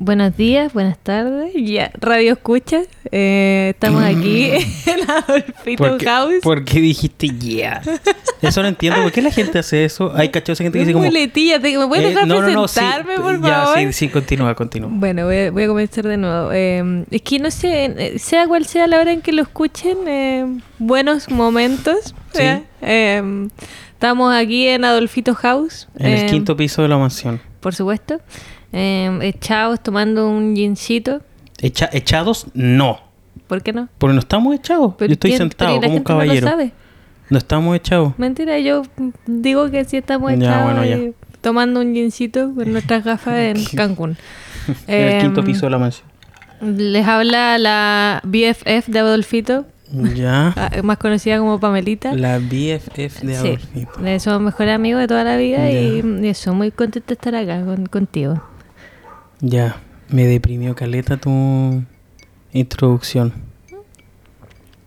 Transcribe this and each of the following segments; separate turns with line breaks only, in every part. Buenos días, buenas tardes. Ya, Radio Escucha. eh, estamos aquí en Adolfito
Mm. ¿Por qué,
House.
por qué dijiste ya? Eso no entiendo. ¿Por qué la gente hace eso? Hay cachos de gente que dice
Es
como...
muletilla, te- ¿me puedes
eh,
dejar
no, no, no, sí,
presentarme, por
ya,
favor?
sí, sí, continúa, continúa.
Bueno, voy a, voy a comenzar de nuevo. Eh, es que no sé, eh, sea cual sea la hora en que lo escuchen, eh, buenos momentos.
Sí.
¿ya? Eh, estamos aquí en Adolfito House.
En el
eh,
quinto piso de la mansión.
Por supuesto. Eh, echados tomando un gincito.
Echa- echados, no.
¿Por qué no?
Porque no estamos echados.
Pero
Yo estoy
¿quién- pero
sentado
la
como un
gente no lo
caballero.
sabe.
No estamos echados.
Mentira, yo digo que sí estamos
Ya,
echados
bueno, ya.
ahí tomando un gincito con nuestras gafas en Cancún.
en el quinto
Em,
piso de la mansión.
Les habla la BFF de Adolfito,
Ya.
ah, más conocida como Pamelita.
La BFF
sí,
de Adolfito.
de- somos mejores amigos de toda la vida y,
Ya.
y eso, muy contenta de estar acá con- contigo.
Ya. Me deprimió caleta tu introducción.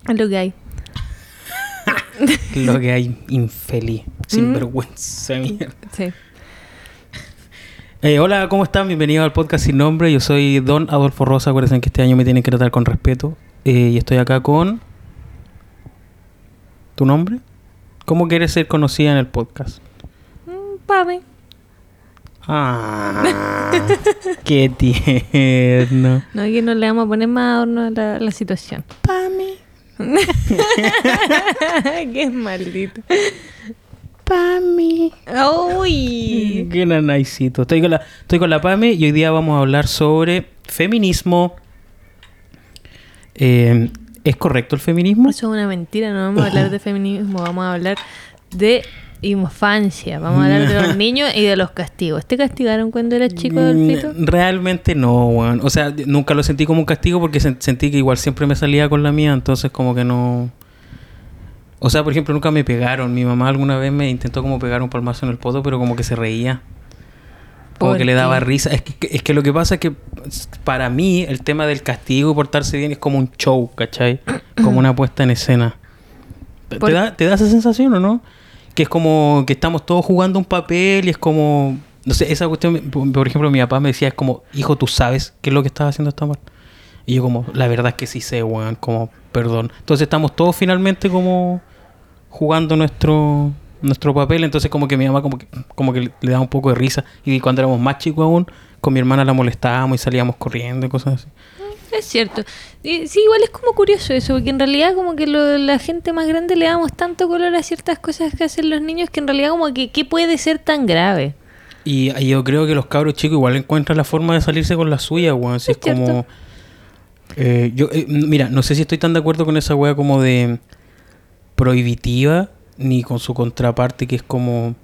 Es lo que hay.
Lo que hay infeliz.
Mm.
Sinvergüenza, mierda.
Sí.
Eh, hola, ¿cómo están? Bienvenidos al podcast sin nombre. Yo soy Don Adolfo Rosa. Acuérdense que este año me tienen que tratar con respeto. Eh, y estoy acá con... ¿Tu nombre? ¿Cómo quieres ser conocida en el podcast?
Mm, Pame.
Ah, qué tierno.
No, aquí no le vamos a poner más adorno a la, a la situación.
Pame,
Qué maldito.
Pame.
¡Uy!
Qué nanaicito. Estoy con, la, estoy con la Pame y hoy día vamos a hablar sobre feminismo. Eh, ¿Es correcto el feminismo?
Eso es una mentira, no vamos a hablar de feminismo, vamos a hablar de infancia, vamos a hablar de los niños y de los castigos. ¿Te castigaron cuando eras chico, Adolfito?
Mm, Realmente no, weón. O sea, nunca lo sentí como un castigo porque sen- sentí que igual siempre me salía con la mía, entonces como que no... O sea, por ejemplo, nunca me pegaron. Mi mamá alguna vez me intentó como pegar un palmazo en el poto, pero como que se reía. Como
¿Por
que le daba
qué?
risa. Es que, es que lo que pasa es que s- para mí el tema del castigo y portarse bien es como un show, ¿cachai? Como una puesta en escena. ¿Te-
Por-
¿Te da, ¿Te da esa sensación o no? Que es como que estamos todos jugando un papel y es como... No sé, esa cuestión, por por ejemplo, mi papá me decía, es como, hijo, tú sabes qué es lo que estás haciendo está mal. Y yo como, la verdad es que sí sé, weón, como, perdón. Entonces estamos todos finalmente como jugando nuestro nuestro papel, entonces como que mi mamá como que, como que le daba un poco de risa y cuando éramos más chicos aún, con mi hermana la molestábamos y salíamos corriendo y cosas así.
Es cierto. Y- Sí, igual es como curioso eso, porque en realidad como que lo- la gente más grande le damos tanto color a ciertas cosas que hacen los niños que en realidad como que ¿qué puede ser tan grave?
Y, y yo creo que los cabros chicos igual encuentran la forma de salirse con la suya, weón. Si
Es
es,
cierto.
como. eh, yo, eh, m- mira, no sé si estoy tan de acuerdo con esa wea como de prohibitiva, ni con su contraparte que es como.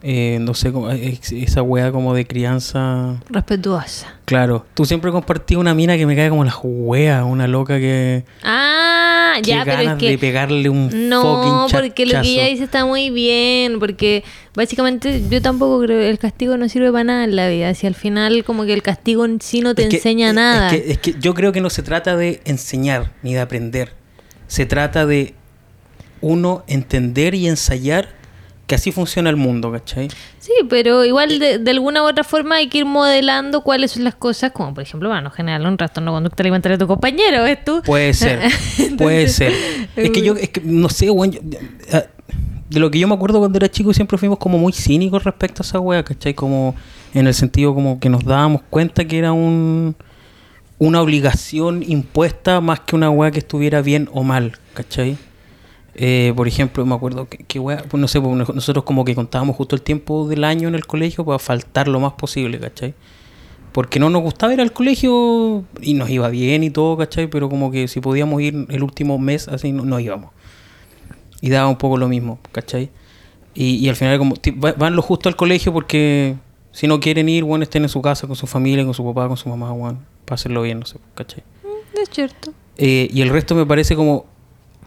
eh, no sé, como- eh, ex- esa wea como de crianza.
Respetuosa.
Claro, tú siempre compartías una mina que me cae como las weas, una loca que.
Ah,
que
ya, pero es
ganas
que...
de pegarle un
No,
fucking
porque lo que ella
chachazo.
dice está muy bien, porque básicamente yo tampoco creo el castigo no sirve para nada en la vida, si al final como que el castigo en sí no te
Es que-
enseña
es-
nada.
Es que, es que yo creo que no se trata de enseñar ni de aprender. Se trata de uno entender y ensayar que así funciona el mundo, ¿cachai?
Sí, pero
Eh,
igual de, de alguna u otra forma hay que ir modelando cuáles son las cosas, como por ejemplo, bueno, generar un trastorno de conducta alimentaria a tu compañero, ¿ves tú?
Puede ser, puede ser. Es que yo, es que no sé, weón. yo- ah, De lo que yo me acuerdo cuando era chico siempre fuimos como muy cínicos respecto a esa wea, ¿cachai? Como en el sentido como que nos dábamos cuenta que era un, una obligación impuesta más que una wea que estuviera bien o mal, ¿cachai? Eh, por ejemplo, me acuerdo que, que wea, pues no sé, pues nos- nosotros como que contábamos justo el tiempo del año en el colegio para faltar lo más posible, ¿cachai? Porque no nos gustaba ir al colegio y nos iba bien y todo, ¿cachai? Pero como que si podíamos ir el último mes, así no, no íbamos. Y daba un poco lo mismo, ¿cachai? Y, y al final como ti- va- van lo justo al colegio porque si no quieren ir, bueno, estén en su casa con su familia, con su papá, con su mamá, bueno, para hacerlo bien, no sé, ¿cachai?
Mm, Es cierto.
Eh, y el resto me parece como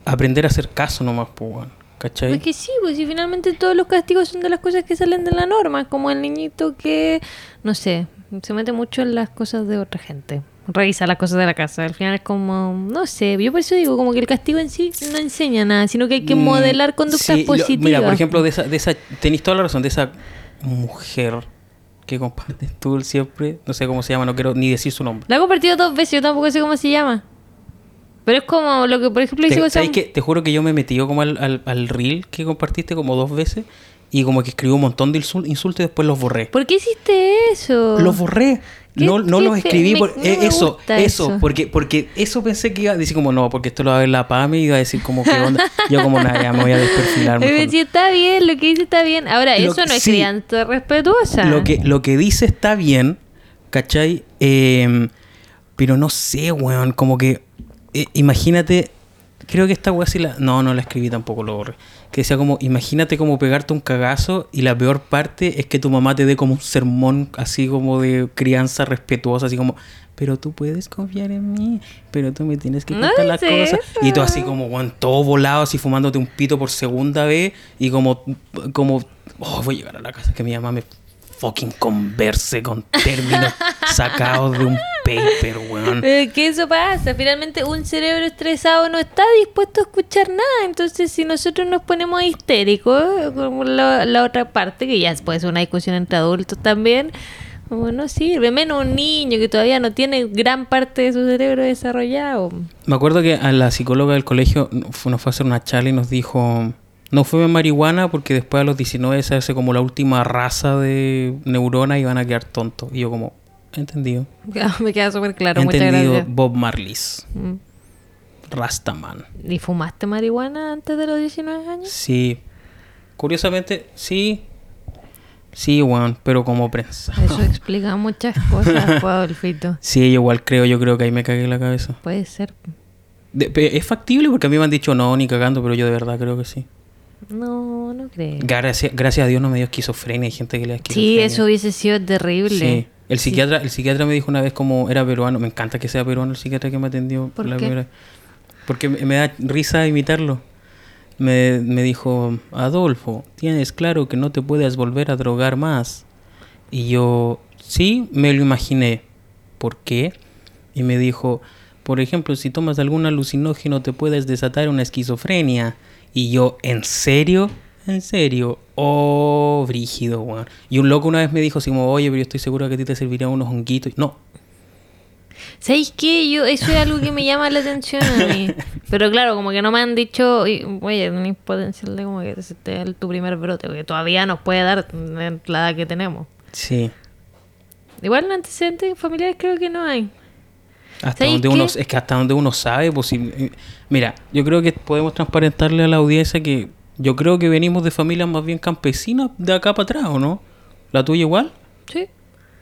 aprender a hacer caso nomás, pues, bueno, ¿cachai?
Porque sí, pues si finalmente todos los castigos son de las cosas que salen de la norma, como el niñito que, no sé, se mete mucho en las cosas de otra gente, revisa las cosas de la casa, al final es como, no sé, yo por eso digo, como que el castigo en sí no enseña nada, sino que hay que
Mm,
modelar conductas
sí, lo-
positivas.
Mira, por ejemplo, de esa, de esa, tenéis toda la razón, de esa mujer que compartes tú siempre, no sé cómo se llama, no quiero ni decir su nombre.
La he compartido dos veces, yo tampoco sé cómo se llama. Pero es como lo que, por ejemplo,
Te,
hice con
¿sabes
Sam-
qué? Te juro que yo me he metido como al, al, al reel que compartiste como dos veces y como que escribí un montón de insul- insultos y después los borré.
¿Por qué hiciste eso?
Los borré.
¿Qué-
No, no
qué
los
fe-
escribí.
me-
por-
no
eh,
me
eso,
gusta
eso,
eso.
Porque, porque eso pensé que iba a decir como no, porque esto lo va a ver la PAME y iba a decir como que onda. Yo como nada, ya me voy a desperfilar.
Me
mejor".
decía, Eh, está bien, lo que hice está bien. Ahora,
Lo
eso
que-
no es
sí.
crianza respetuosa.
Lo que, lo que dice está bien, ¿cachai? Eh, pero no sé, weón, como que... eh, imagínate, creo que esta weá sí la... No, no la escribí tampoco, lo borré. Que decía como, imagínate como pegarte un cagazo y la peor parte es que tu mamá te dé como un sermón así como de crianza respetuosa, así como... Pero tú puedes confiar en mí, pero tú me tienes que
No
contar las
dice
cosas.
eso.
Y tú así como, weón, todo volado, así fumándote un pito por segunda vez y como, como, oh, voy a llegar a la casa que mi mamá me fucking converse con términos sacados de un paper, weón.
Pero Eh, que eso pasa. Finalmente, un cerebro estresado no está dispuesto a escuchar nada. Entonces, si nosotros nos ponemos histéricos, como la, la otra parte, que ya es pues una discusión entre adultos también, como no sirve. Menos un niño que todavía no tiene gran parte de su cerebro desarrollado.
Me acuerdo que a la psicóloga del colegio no- fu- nos fue a hacer una charla y nos dijo, no fumen marihuana porque después a los 19 se hace como la última raza de neuronas y van a quedar tontos. Y yo como, entendido.
Me queda súper claro.
entendido
Muchas gracias.
Bob Marlis,
Mm.
Rastaman.
¿Y fumaste marihuana antes de los 19 años?
Sí. Curiosamente, sí. Sí, weón, pero como prensa.
Eso explica muchas cosas, pues, Adolfito.
Sí, yo igual creo, yo creo que ahí me cagué la cabeza.
Puede ser.
De- pe- es factible porque a mí me han dicho no, ni cagando, pero yo de verdad creo que sí.
No, no creo.
Gracias, gracias a Dios no me dio esquizofrenia, hay gente que le da
Sí,
esquizofrenia.
eso hubiese sido terrible.
Sí. El psiquiatra, el psiquiatra me dijo una vez como era peruano, me encanta que sea peruano el psiquiatra que me atendió
¿Por
la
qué?
primera vez. Porque me me da risa imitarlo. Me, me dijo, Adolfo, tienes claro que no te puedes volver a drogar más. Y yo, sí, me lo imaginé. ¿Por qué? Y me dijo, por ejemplo, si tomas algún alucinógeno te puedes desatar una esquizofrenia. Y yo, ¿en serio? ¿En serio? Oh, brígido, weón. Y un loco una vez me dijo así como, oye, pero yo estoy seguro que a ti te servirían unos honguitos. No,
¿Sabéis qué? Yo, eso es algo que me llama la atención a mí. Pero claro, como que no me han dicho, y, oye, tenés potencial de como que se te dé el- tu primer brote, porque todavía nos puede dar eh, la edad que tenemos.
sí.
Igual en antecedentes familiares creo que no hay.
Hasta
¿Sabéis
donde
qué?
uno, es que hasta donde uno sabe, pues si- eh, mira, yo creo que podemos transparentarle a la audiencia que yo creo que venimos de familias más bien campesinas de acá para atrás, ¿o no? ¿La tuya igual?
Sí,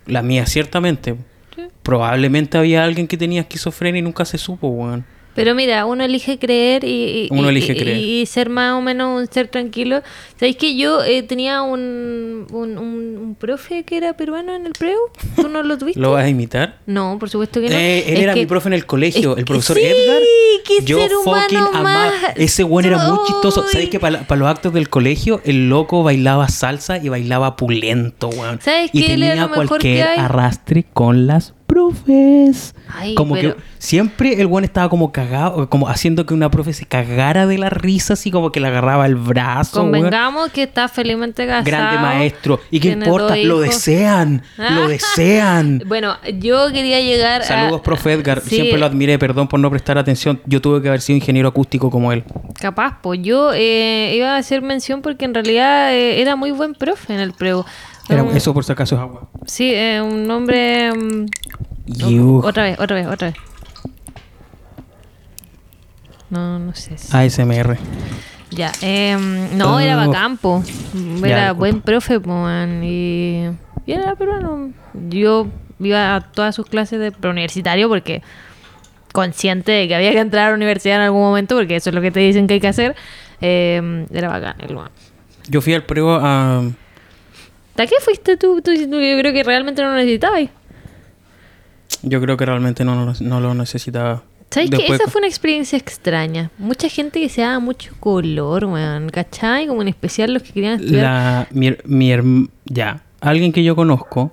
La mía, ciertamente.
sí.
Probablemente había alguien que tenía esquizofrenia y nunca se supo, weón.
Pero mira, uno elige creer y, y-
Uno
y-
elige
y-
creer.
y ser más o menos un ser tranquilo. ¿Sabéis que yo eh, tenía un, un, un- un profe que era peruano en el preu? ¿Tú no lo tuviste?
¿Lo vas a imitar?
No, por supuesto que no.
Eh, él
Es
era
que-
mi profe en el colegio,
es
el
que-
profesor
sí,
Edgar.
qué
yo
ser humano
fucking amaba.
más.
Ese weón era muy
Ay.
chistoso. ¿Sabes que para los actos del colegio, el loco bailaba salsa y bailaba pulento, weón?
¿Sabes
y
qué? Él
tenía
era lo mejor
cualquier
que hay.
arrastre con las profes.
Ay,
como
pero-
que siempre el weón estaba como cagado, como haciendo que una profe se cagara de la risa, así como que le agarraba el brazo, weón.
Convengamos que está felizmente casado.
Grande maestro. ¿Y qué
tiene
importa?
dos
Lo
hijos.
desean. Lo desean.
Bueno, yo quería llegar
Saludos,
a...
profe Edgar.
Sí,
Siempre lo admiré, perdón por no prestar atención. Yo tuve que haber sido ingeniero acústico como él.
Capaz, pues yo eh, iba a hacer mención porque en realidad eh, era muy buen profe en el preu.
Era-
Un-
Eso por si acaso es agua.
Sí, eh, un nombre... mm,
Yuj.
Otra vez, otra vez, otra vez. No, no sé.
ASMR.
Ya, em, no, era
Oh.
Bacampo.
Ya,
Era
disculpa.
buen profe, po, man, y, y era peruano. Yo iba a todas sus clases de preuniversitario porque consciente de que había que entrar a la universidad en algún momento, porque eso es lo que te dicen que hay que hacer, em, era bacán el man.
Yo fui al prego ah, a.
¿Hasta qué fuiste tú? Tú- tú- Yo creo que realmente no lo necesitabas.
Yo creo que realmente no, no- no lo necesitaba.
¿Sabes qué?
Después-
Esa fue una experiencia extraña. Mucha gente que se daba mucho color, weón. ¿Cachai? Como en especial los que querían estudiar.
La, mi, her- mi herm- ya. Alguien que yo conozco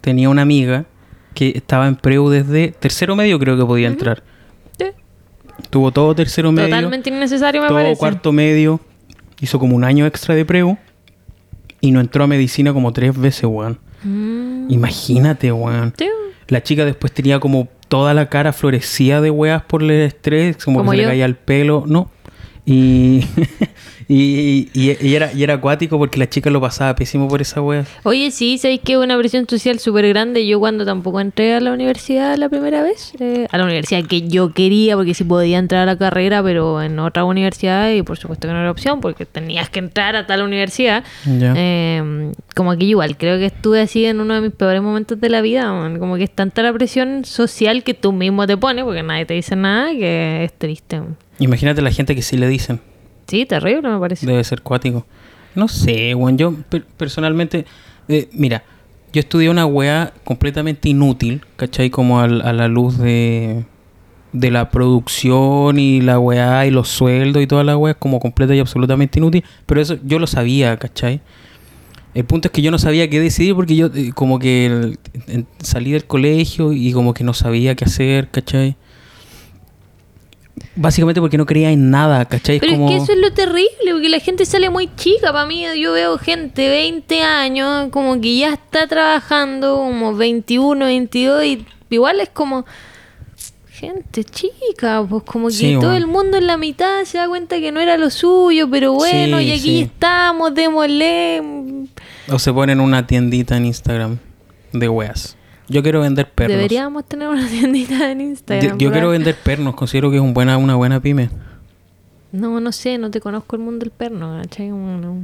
tenía una amiga que estaba en preu desde tercero medio, creo que podía entrar.
Sí.
Tuvo todo tercero medio.
Totalmente innecesario, me
todo
parece.
cuarto medio. Hizo como un año extra de preu. Y no entró a medicina como tres veces, weón.
Mm.
Imagínate, weón.
Sí.
La chica después tenía como toda la cara florecida de weas por el estrés, como,
Como
que se
yo.
le caía el pelo, ¿no? Y, y, y- y era, y era acuático porque la chica lo pasaba pésimo por esa wea.
Oye, sí, sabéis que una presión social súper grande. Yo cuando tampoco entré a la universidad la primera vez, eh, a la universidad que yo quería, porque sí podía entrar a la carrera, pero en otra universidad, y por supuesto que no era opción, porque tenías que entrar a tal universidad.
Ya.
Eh, como que yo igual, creo que estuve así en uno de mis peores momentos de la vida, man. como que es tanta la presión social que tú mismo te pones, porque nadie te dice nada, que es triste. man.
Imagínate la gente que sí le dicen.
Sí, terrible me parece.
Debe ser cuático. No sé, weón. Yo per- personalmente, eh, mira, yo estudié una weá completamente inútil, ¿cachai? Como al- a la luz de, de la producción y la weá y los sueldos y toda la weá, como completa y absolutamente inútil. Pero eso yo lo sabía, ¿cachai? El punto es que yo no sabía qué decidir porque yo eh, como que el- en- salí del colegio y como que no sabía qué hacer, ¿cachai? Básicamente porque no creía en nada, ¿cachai? Es
Pero
como-
es que eso es lo terrible, porque la gente sale muy chica. Para mí, yo veo gente 20 años, como que ya está trabajando, como 21, 22, y igual es como. Gente chica, pues como que
Sí,
todo
bueno.
el mundo en la mitad se da cuenta que no era lo suyo, pero bueno,
Sí,
y aquí
sí.
estamos, démosle.
O se ponen una tiendita en Instagram de weas. Yo quiero vender pernos.
Deberíamos tener una tiendita en
Yo-
Instagram.
yo
¿verdad?
quiero vender pernos, considero que es un buena, una buena pyme.
No, no sé, no te conozco el mundo del perno, ¿cachai? Como no.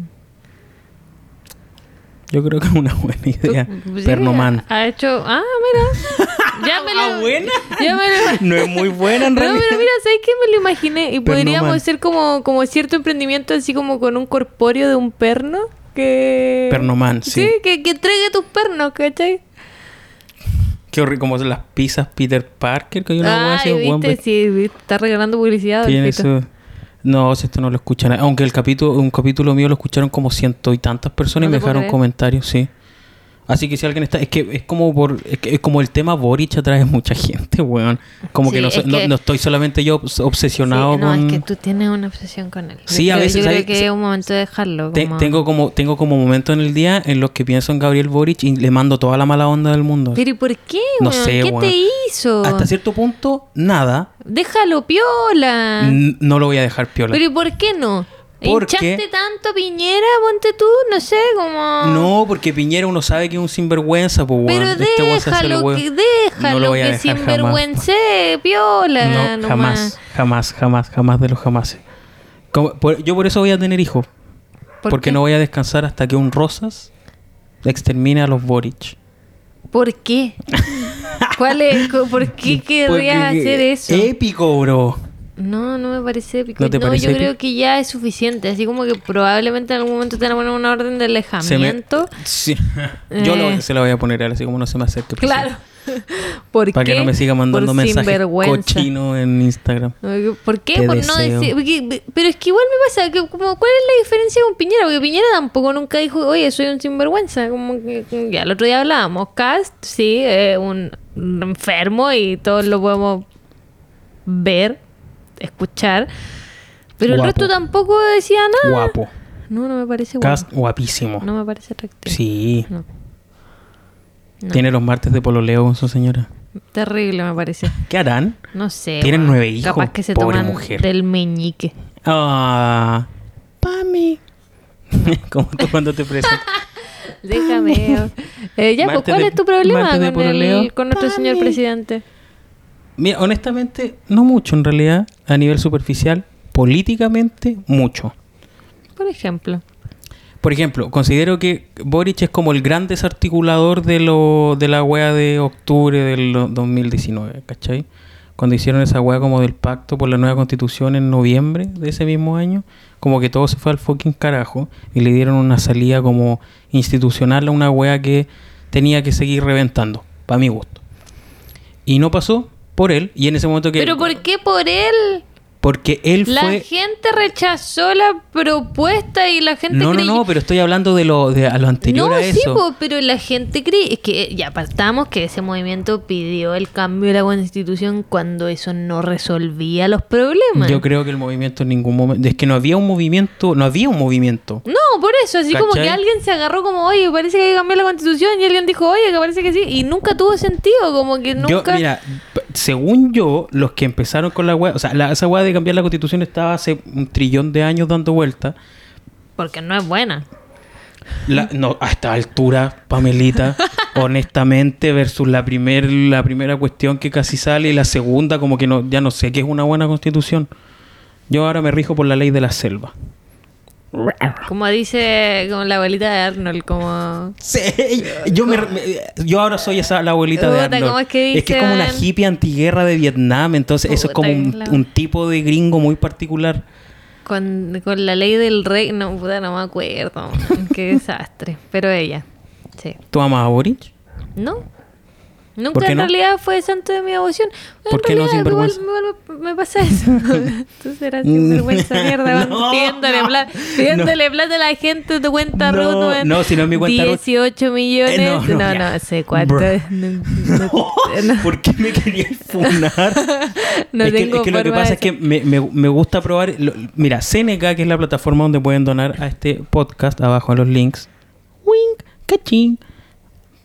Yo creo que es una buena idea.
Sí,
Pernoman.
pues, Ha hecho. Ah, mira. Ya me lo.
Ah, buena.
Ya me lo-
No es muy buena en
No,
realidad.
pero mira, ¿sabes qué? Me lo imaginé. Y
Pernoman.
podríamos hacer como, como cierto emprendimiento, así como con un corpóreo de un perno. Que.
Pernoman, sí.
que, que entregue tus pernos, ¿cachai?
Qué horrible, como las pizzas Peter Parker, que hay una wea
Ah,
así, weón,
viste,
ve-
sí, viste, está regalando publicidad.
tiene
Adolfito.
eso. No, si esto no lo escuchan. Aunque el capítulo, un capítulo mío lo escucharon como ciento y tantas personas
No
y me
te puedo
dejaron
creer.
comentarios, sí. Así que si alguien está, es que es como por, es, que es como el tema Boric atrae mucha gente, weón. Como
Sí,
que, no, so-
es
no-
que-
no estoy solamente yo obs-
Sí,
obsesionado
no,
con.
es que tú tienes una obsesión con él. Yo
Sí, a
creo-
veces
Yo
hay-
creo que es un momento de dejarlo.
Te-
como-
tengo como tengo como momentos en el día en los que pienso en Gabriel Boric y le mando toda la mala onda del mundo.
Pero ¿y por qué,
No
weón?
sé,
¿Qué
weón.
te hizo?
Hasta cierto punto nada,
Déjalo piola.
n- no lo voy a dejar
Ah.
piola.
Pero ¿y por qué no?
Porque-
¿Hinchaste tanto a Piñera, ponte tú? No sé, como...
No, porque Piñera uno sabe que es un sinvergüenza, pues weón.
Pero
Este weón se hace el
déjalo,
weón.
que
No lo
déjalo,
voy a
que
dejar jamás,
sinvergüence, piola,
No,
nomás.
jamás, jamás, jamás, jamás de los jamás. yo por eso voy a tener hijos.
¿Por
porque
qué?
no voy a descansar hasta que un Rosas extermine a los Boric.
¿Por qué? ¿Cuál es? co- ¿Por qué querrías
Porque-
hacer eso?
Épico, bro.
No, no me parece épico.
¿No
No,
te parece
yo
épico?
creo que ya es suficiente. Así como que probablemente en algún momento te van a poner una orden de
Se me-
alejamiento.
Sí. Yo lo-
Eh.
se la voy a poner a él, así como no se me acerque. por
Claro.
favor.
¿Por
Para
qué?
que no me siga mandando
Por
mensajes
sinvergüenza.
cochino en Instagram.
¿Por qué?
Te
Por no
deseo.
decir. porque- pero es que igual me pasa, que como, ¿cuál es la diferencia con Piñera? Porque Piñera tampoco nunca dijo, oye, soy un sinvergüenza. Como que, ya el otro día hablábamos, Cast, sí, eh, un un enfermo y todos lo podemos ver, escuchar. Pero el
Guapo.
resto tampoco decía nada.
Guapo.
No, no me parece guapo.
Cast guapísimo.
No me parece atractivo.
Sí.
No. No.
Tiene los martes de pololeo con su señora.
Terrible me parece.
¿Qué harán?
No sé.
Tienen
weón.
nueve hijos,
Capaz que se
pobre
toman
mujer.
del meñique.
Ah, Pami. Como tú cuando te presentas.
Déjame. Eh, ya, pues,
Martes
¿cuál
de-
es tu problema
martes de
con, el-
pololeo.
con nuestro señor
Mami.
presidente?
Mira, honestamente, no mucho en realidad, a nivel superficial, políticamente, mucho.
Por ejemplo.
Por ejemplo, considero que Boric es como el gran desarticulador de lo de la wea de octubre del do- 2019, ¿cachai? Cuando hicieron esa wea como del pacto por la nueva constitución en noviembre de ese mismo año, como que todo se fue al fucking carajo y le dieron una salida como institucional a una wea que tenía que seguir reventando, para mi gusto. Y no pasó por él, y en ese momento que...
¿Pero por qué por él?
Porque él
La
fue...
gente rechazó la propuesta y la gente
No, no,
creyó-
no, pero estoy hablando de lo, de, a lo anterior
No,
a
sí,
eso.
po, pero la gente cree es que ya partamos que ese movimiento pidió el cambio de la constitución cuando eso no resolvía los problemas.
Yo creo que el movimiento en ningún momento... Es que no había un movimiento... No había un movimiento.
No, por eso, así como
¿Cachai?
que alguien se agarró como, oye, parece que hay que cambiar la constitución y alguien dijo, oye, que parece que sí, y nunca tuvo sentido, como que
Yo,
nunca...
mira, p- según yo, los que empezaron con la weá... O sea, la- esa weá de cambiar la constitución estaba hace un trillón de años dando vuelta.
Porque no es buena.
La- no, a esta altura, Pamelita, honestamente, versus la, primer, la primera cuestión que casi sale y la segunda, como que no, ya no sé qué es una buena constitución. Yo ahora me rijo por la ley de la selva.
Como dice como la abuelita de Arnold, como...
Sí, yo, me- me- yo ahora soy esa la abuelita de
Puta,
Arnold.
¿cómo es que
es como una
dicen?
hippie antiguerra de Vietnam, entonces eso es
Puta,
como un,
claro.
un tipo de gringo muy particular.
Con, con la ley del rey, no, puta, no me acuerdo. man. Qué desastre. Pero ella, sí.
¿Tú amas a Boric?
No. Nunca
¿Por qué
en
no?
realidad fue santo de mi devoción. En
¿Por qué no,
realidad, igual-
sinvergüenza?
igual me- me pasa eso. Entonces era sinvergüenza mierda.
Mm. No,
van pidiéndole
no,
plata, pidiéndole plata a la gente tu cuenta
No,
root. man.
no, si no es mi cuenta root.
18 millones.
Eh, no,
no,
no,
no,
ya.
sé cuánto.
Bruh.
No, no- no-
¿Por qué me querías funar?
No
es, que,
tengo
es que lo que
forma
pasa
de
es que me, me- me gusta probar. lo- mira, CNK, que es la plataforma donde pueden donar a este podcast, abajo en los links. Wink, cachín,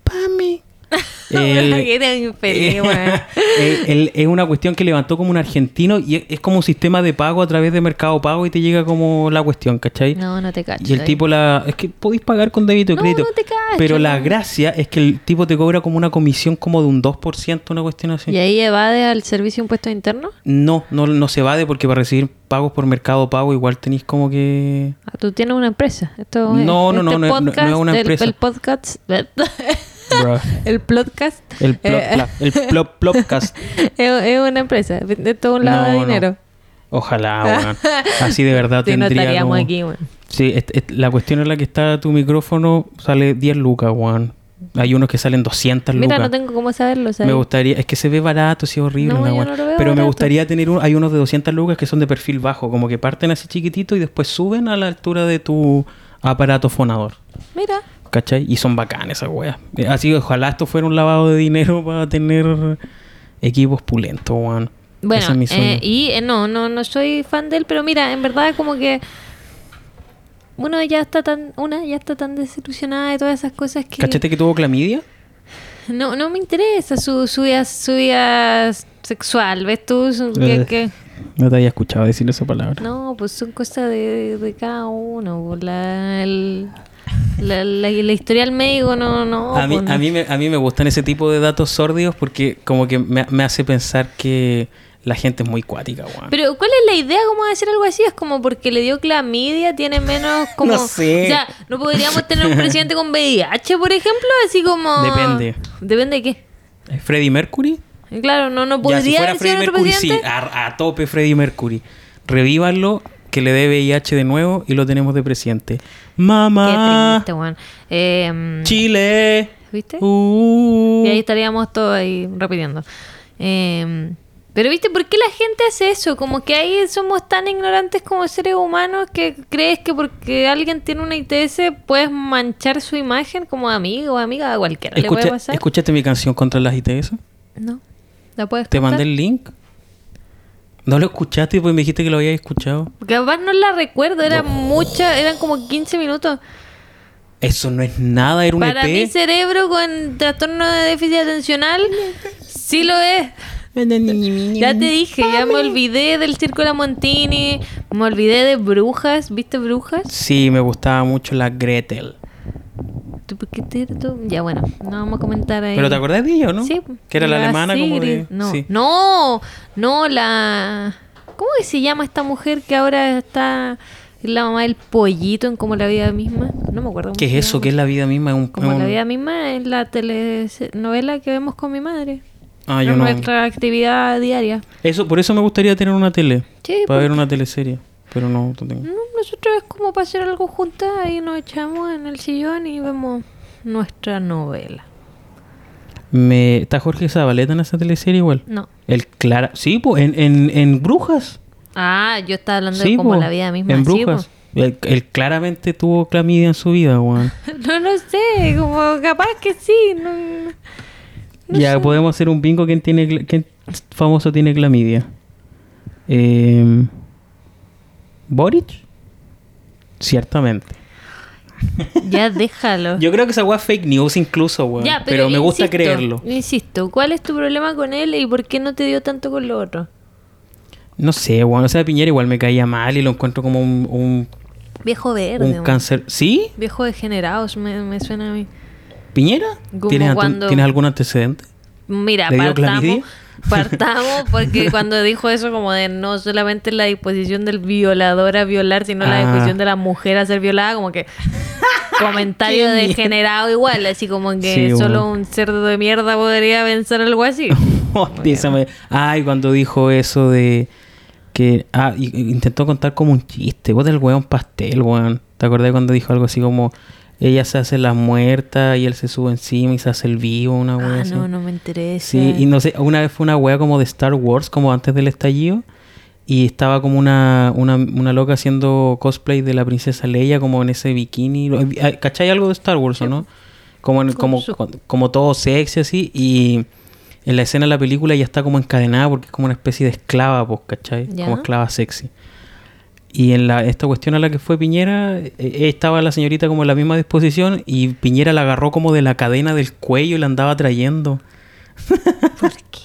pame.
Que era infeliz, weón.
el- Eh, el- es una cuestión que levantó como un argentino y es, es como un sistema de pago a través de Mercado Pago y te llega como la cuestión, ¿cachai?
No, no te cacho.
eh, Y el
ahí.
tipo la... Es que podéis pagar con débito y
No,
crédito.
no te cacho,
pero la
no.
gracia es que el tipo te cobra como una comisión como de un 2%, una cuestión así.
¿Y ahí evade al servicio de impuestos internos?
No, no, no se evade porque para recibir pagos por mercado pago igual tenéis como que...
Ah, Tú tienes una empresa. Esto
No,
es- este
no, no, no, no, no
podcast,
es una
el-
empresa.
El, podcast.
Bruh.
el podcast.
El plop,
eh,
pla- el plop, plopcast.
es, es una empresa. De todo un lado
No,
de
no.
dinero.
Ojalá, weón. Así de verdad
Si no
tendría
estaríamos
como-
aquí, weón.
Sí, es- es- la cuestión en la que está tu micrófono sale 10 lucas, weón. Hay unos que salen 200
Mira,
lucas.
no tengo cómo saberlo. ¿sabes?
Me gustaría, es que se ve barato, sí, horrible.
No,
una
yo
weá.
no lo veo
pero me
barato.
gustaría tener un- hay unos de 200 lucas que son de perfil bajo, como que parten así chiquitito y después suben a la altura de tu aparato fonador.
Mira.
¿Cachai? Y son bacanas esas weas. Eh, Así que ojalá esto fuera un lavado de dinero para tener equipos pulentos, weón.
Bueno,
Ese es mi sueño.
eh, y eh, no, no, no soy fan de él, pero mira, en verdad como que uno ya está tan, una ya está tan desilusionada de todas esas cosas que
¿Cachate que tuvo clamidia?
no, no me interesa su, su vida, su vida sexual, ¿ves tú? Su- que-
Eh.
que-
No te había escuchado decir esa palabra.
No, pues son cosas de, de cada uno. pues, La, el- la, la- la historia del médico no... no
a, mí,
pues, no.
a, mí me, a mí me gustan ese tipo de datos sórdidos porque como que me, me hace pensar que la gente es muy cuática, weón.
Pero ¿cuál es la idea como de hacer algo así? Es como porque le dio clamidia, tiene menos como...
No sé.
O sea, ¿no podríamos tener un presidente con VIH, por ejemplo? Así como...
Depende.
¿Depende de qué?
¿Eh, ¿Freddie Mercury?
Claro, no, no
Ya,
podría
si fuera
decir
Freddie
otro
Mercury, sí,
presidente.
a, a tope Freddie Mercury. Revívanlo, que le dé VIH de nuevo y lo tenemos de presidente.
Qué
Mamá,
triste, Juan. Eh, mm,
Chile.
¿Viste?
Ah. Uh.
Y ahí estaríamos todos ahí repitiendo. Eh, pero viste, ¿por qué la gente hace eso? Como que ahí somos tan ignorantes como seres humanos que crees que porque alguien tiene una ITS puedes manchar su imagen como amigo, amiga, a cualquiera. ¿Le puede
Escucha-
pasar?
¿Escuchaste mi canción contra las ITS?
No. ¿La puedes
Te
contar?
mandé el link. No lo escuchaste y pues me dijiste que lo habías escuchado.
Capaz no la recuerdo, eran muchas, eran como 15 minutos.
Eso no es nada, era un E
Para mi
EP.
cerebro con trastorno de déficit atencional, sí lo es. Ya te dije, ya me olvidé del Circo de la Montini, me olvidé de Brujas, ¿viste Brujas?
Sí, me gustaba mucho la Gretel.
¿Tú por qué te- tú? Ya bueno, no vamos a comentar ahí.
¿Pero te acordás de ella o no?
Sí.
Que era la, alemana como de...
Sigrid. No,
sí.
no, no, la... ¿Cómo que se llama esta mujer que ahora está es la mamá del pollito en Como la vida misma? No me acuerdo. cómo
¿Qué
se
es eso?
llama.
¿Qué es la vida misma? Es un-
Como
es
la
un-
vida misma es la telenovela que vemos con mi madre.
Ah, yo
Es
no.
Nuestra actividad diaria.
Eso, por eso me gustaría tener una tele.
Sí, pues,
para
¿por
ver una teleserie. Pero no, no tengo.
No, nosotros es como para hacer algo juntas y nos echamos en el sillón y vemos nuestra novela.
Me... ¿Está Jorge Zabaleta en esa teleserie igual?
No.
El Clara... Sí, pues, en, en, en Brujas.
Ah, yo estaba hablando de como
po,
la vida misma.
En
sí, pues. po.
Brujas. Él, él claramente tuvo clamidia en su vida, weón.
No lo sé, como capaz que sí. No, no
ya
sé.
podemos hacer un bingo. ¿Quién, tiene, cl- quién famoso tiene clamidia? Eh, ¿Boric? Ciertamente.
Ya déjalo.
Yo creo que esa weá es fake news incluso, weón.
Ya,
pero, me gusta
insisto,
creerlo.
Insisto, ¿cuál es tu problema con él y por qué no te dio tanto con lo otro?
No sé, weón. O sea, Piñera igual me caía mal y lo encuentro como un, un,
Viejo verde.
un
weón.
cáncer. ¿Sí?
Viejo degenerado, se me, me suena a mí.
¿Piñera?
Como
¿Tienes, ante-
cuando-
¿Tienes algún antecedente?
Mira,
¿Le dio
partamos,
clamidia?
partamos porque cuando dijo eso como de no solamente la disposición del violador a violar, sino la
Ah.
disposición de la mujer a ser violada, como que comentario
Qué mierda.
degenerado igual, así como que
Sí,
solo
bueno. Ah,
un cerdo de mierda podría pensar algo así. Ah,
Esa me- Ay, cuando dijo eso de que ah, y- y intentó contar como un chiste, vos del weón pastel, weón. ¿Te acordás cuando dijo algo así como ella se hace la muerta y él se sube encima y se hace el vivo, una weón
Ah,
así?
no, no me interesa.
Sí, y no sé, una vez fue una wea como de Star Wars, como antes del estallido. Y estaba como una, una, una loca haciendo cosplay de la princesa Leia, como en ese bikini. Lo- ah, ¿Cachai algo de Star Wars o no? Como, en-
Con
como,
su-
con- como todo sexy así. Y en la escena de la película ya está como encadenada porque es como una especie de esclava, pues, ¿cachai?
Ya.
Como esclava sexy. Y en la, esta cuestión a la que fue Piñera, eh, eh, estaba la señorita como en la misma disposición y Piñera la agarró como de la cadena del cuello y la andaba trayendo.
¿Por qué?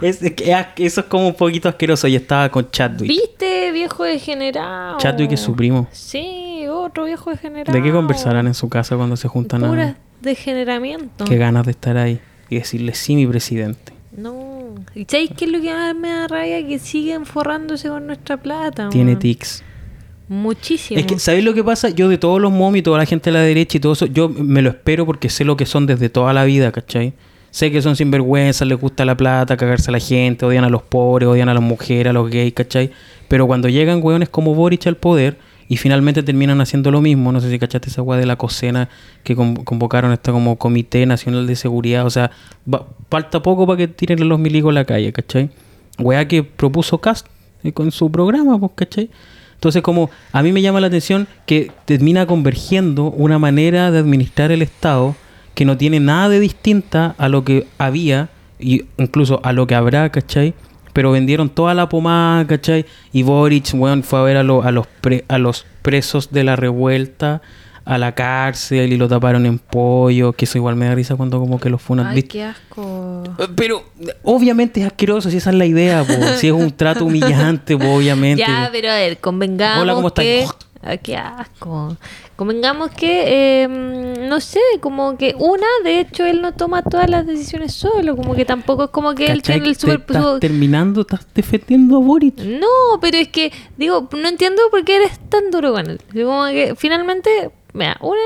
Pues, es que, ah, eso es como un poquito asqueroso. Yo estaba con Chadwick.
¿Viste, oh, viejo degenerado?
Chadwick es su primo.
Sí, otro viejo degenerado.
¿De qué conversarán en su casa cuando se juntan
Puras
a.?
degeneramiento.
Qué ganas de estar ahí y decirle sí, mi presidente.
No. ¿Y sabéis qué es lo que más me da rabia? Que siguen forrándose con nuestra plata.
Tiene
weón.
tics.
Muchísimo.
Es que, ¿sabéis lo que pasa? Yo de todos los moms y toda la gente de la derecha y todo eso, yo me lo espero porque sé lo que son desde toda la vida, ¿cachai? Sé que son sinvergüenzas, les gusta la plata, cagarse a la gente, odian a los pobres, odian a las mujeres, a los gays, ¿cachai? Pero cuando llegan hueones como Boric al poder y finalmente terminan haciendo lo mismo, no sé si cachaste esa hueá de la cocena que con- convocaron esta como Comité Nacional de Seguridad, o sea, va- falta poco para que tiren los milicos a la calle, ¿cachai? Hueá que propuso Cast eh, con su programa, pues, ¿cachai? Entonces, como a mí me llama la atención que termina convergiendo una manera de administrar el Estado que no tiene nada de distinta a lo que había y incluso a lo que habrá, ¿cachai? Pero vendieron toda la pomada, ¿cachai? Y Boric, weón, fue a ver a, lo- a los pre- a los presos de la revuelta a la cárcel y lo taparon en pollo, que eso igual me da risa cuando como que los funan.
Ay,
¿Viste?
qué asco.
Pero obviamente es asqueroso, si esa es la idea, po. si es un trato humillante, po, obviamente.
Ya, pero a ver, convengamos
Hola, ¿cómo Oh.
que...
estáis?
Ah, qué asco. Convengamos que, eh, mm, no sé, como que una, de hecho, él no toma todas las decisiones solo. Como que tampoco es como que él
¿Cachai?
tiene el
Te
super...
estás
su-
terminando, estás defendiendo a Boric.
No, pero es que, digo, no entiendo por qué eres tan duro con él. Yo Como que finalmente, mira, una,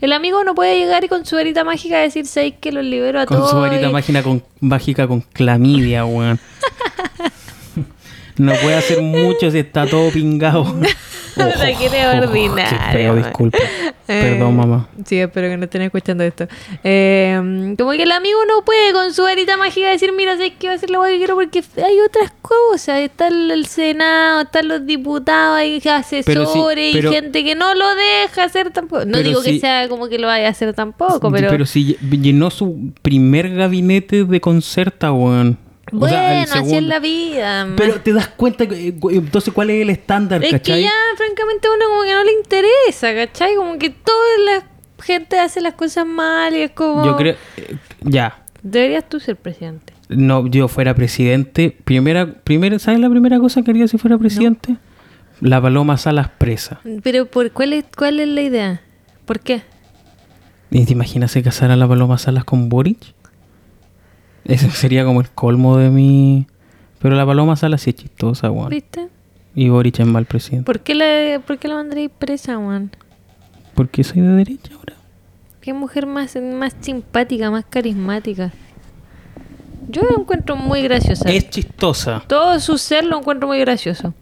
el amigo no puede llegar y con su varita mágica decir, seis que los libero a
Con
todos.
su varita
y-
mágica con, mágica con clamidia, weón. No puede hacer mucho si está todo pingado.
La quiere
Qué
ordinaria,
feo,
weón.
disculpa.
Eh,
Perdón, mamá.
Sí, espero que no estén escuchando esto. Eh, como que el amigo no puede con su varita mágica decir, mira, sé que va a ser la hueá que quiero porque hay otras cosas. Está el, el Senado, están los diputados, hay asesores
pero-
y gente que no lo deja hacer tampoco. No
pero
digo que
si-
sea como que lo vaya a hacer tampoco, pero...
si lle- llenó su primer gabinete de concerta, weón.
Bueno,
O sea, el
así es
segundo.
la vida.
Pero te das cuenta, que, eh, gu- entonces, ¿cuál es el estándar,
es
cachai?
que ya, francamente, a uno como que no le interesa, ¿cachai? Como que toda la gente hace las cosas mal y es como...
Yo creo. eh, ya.
Deberías tú ser presidente.
No, yo fuera presidente. Primera, primera, ¿Sabes la primera cosa que haría si fuera presidente? La paloma Salas presa.
Pero ¿por cuál es, cuál es la idea? ¿Por qué?
¿Y te imaginas si casara la paloma Salas con Boric? Eso sería como el colmo de mi. Pero la paloma Salas sí es chistosa, weón.
¿Viste?
Y Boric es mal presidente.
¿Por qué la, por qué la mandaréis presa, Juan?
¿Por qué soy de derecha ahora?
Qué mujer más, más simpática, más carismática. Yo la encuentro muy graciosa.
Es chistosa.
Todo su ser lo encuentro muy gracioso.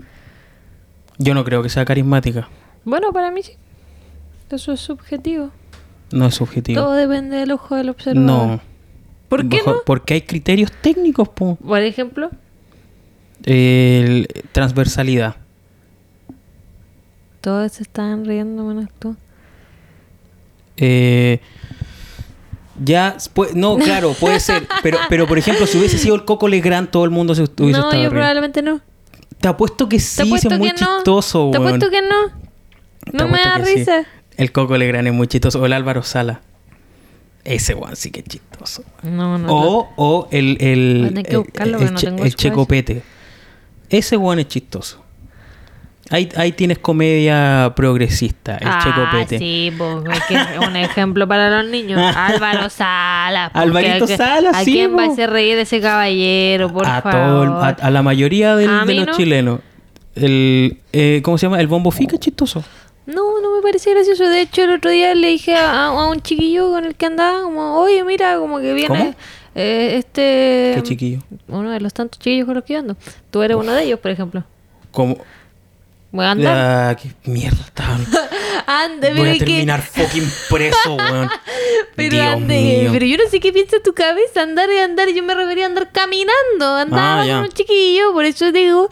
Yo no creo que sea carismática.
Bueno, para mí sí. Eso es subjetivo.
No es subjetivo.
Todo depende del ojo del observador.
No.
¿Por qué
Bajo-
no?
Porque hay criterios técnicos, po.
Por ejemplo,
El- transversalidad.
Todos se estaban riendo menos tú.
Eh, ya, pues, no, claro, puede ser. Pero, pero por ejemplo, si hubiese sido el Coco Legrand, todo el mundo se hubiese
no, yo
estado riendo.
probablemente no.
Te apuesto que sí,
Te
ese
apuesto
es muy
que no.
chistoso,
Te
weón.
apuesto que no.
Te
No me
apuesto
da
que sí.
risa.
El Coco Legrand es muy chistoso. O el Álvaro Sala. Ese weón sí que es chistoso.
No, no. no.
O, o el,
Voy a
el,
tener que
el-
buscarlo,
el
pero no
che-
tengo
el
su
Checopete. Ese weón es chistoso. Ahí, ahí tienes comedia progresista, el
ah,
Checopete.
sí, pues, es que es un ejemplo para los niños. Álvaro Salas. porque
Alvarito
a que-
Salas,
¿A
sí,
quién va a
po.
hacer reír ese caballero, por
a, todo
favor?
el- a, a la mayoría del-
A
de
mí
los
no.
chilenos. El, eh, ¿Cómo se llama? El bombo fica es chistoso.
No, no me parece gracioso. De hecho, el otro día le dije a, a un chiquillo con el que andaba, como, oye, mira, como que viene
¿Cómo?
eh, este...
Qué chiquillo.
Uno de los tantos chiquillos con los que yo ando. Tú eres uno de ellos, por ejemplo.
Como.
Voy a andar.
Ah, qué mierda.
Ande,
Voy
pero
a
es que-
terminar fucking preso, weón.
Pero,
Dios
ande,
mío.
pero yo no sé qué piensa tu cabeza, andar y andar, yo me refería a andar caminando, andaba
Ah, ya.
con un chiquillo, por eso digo...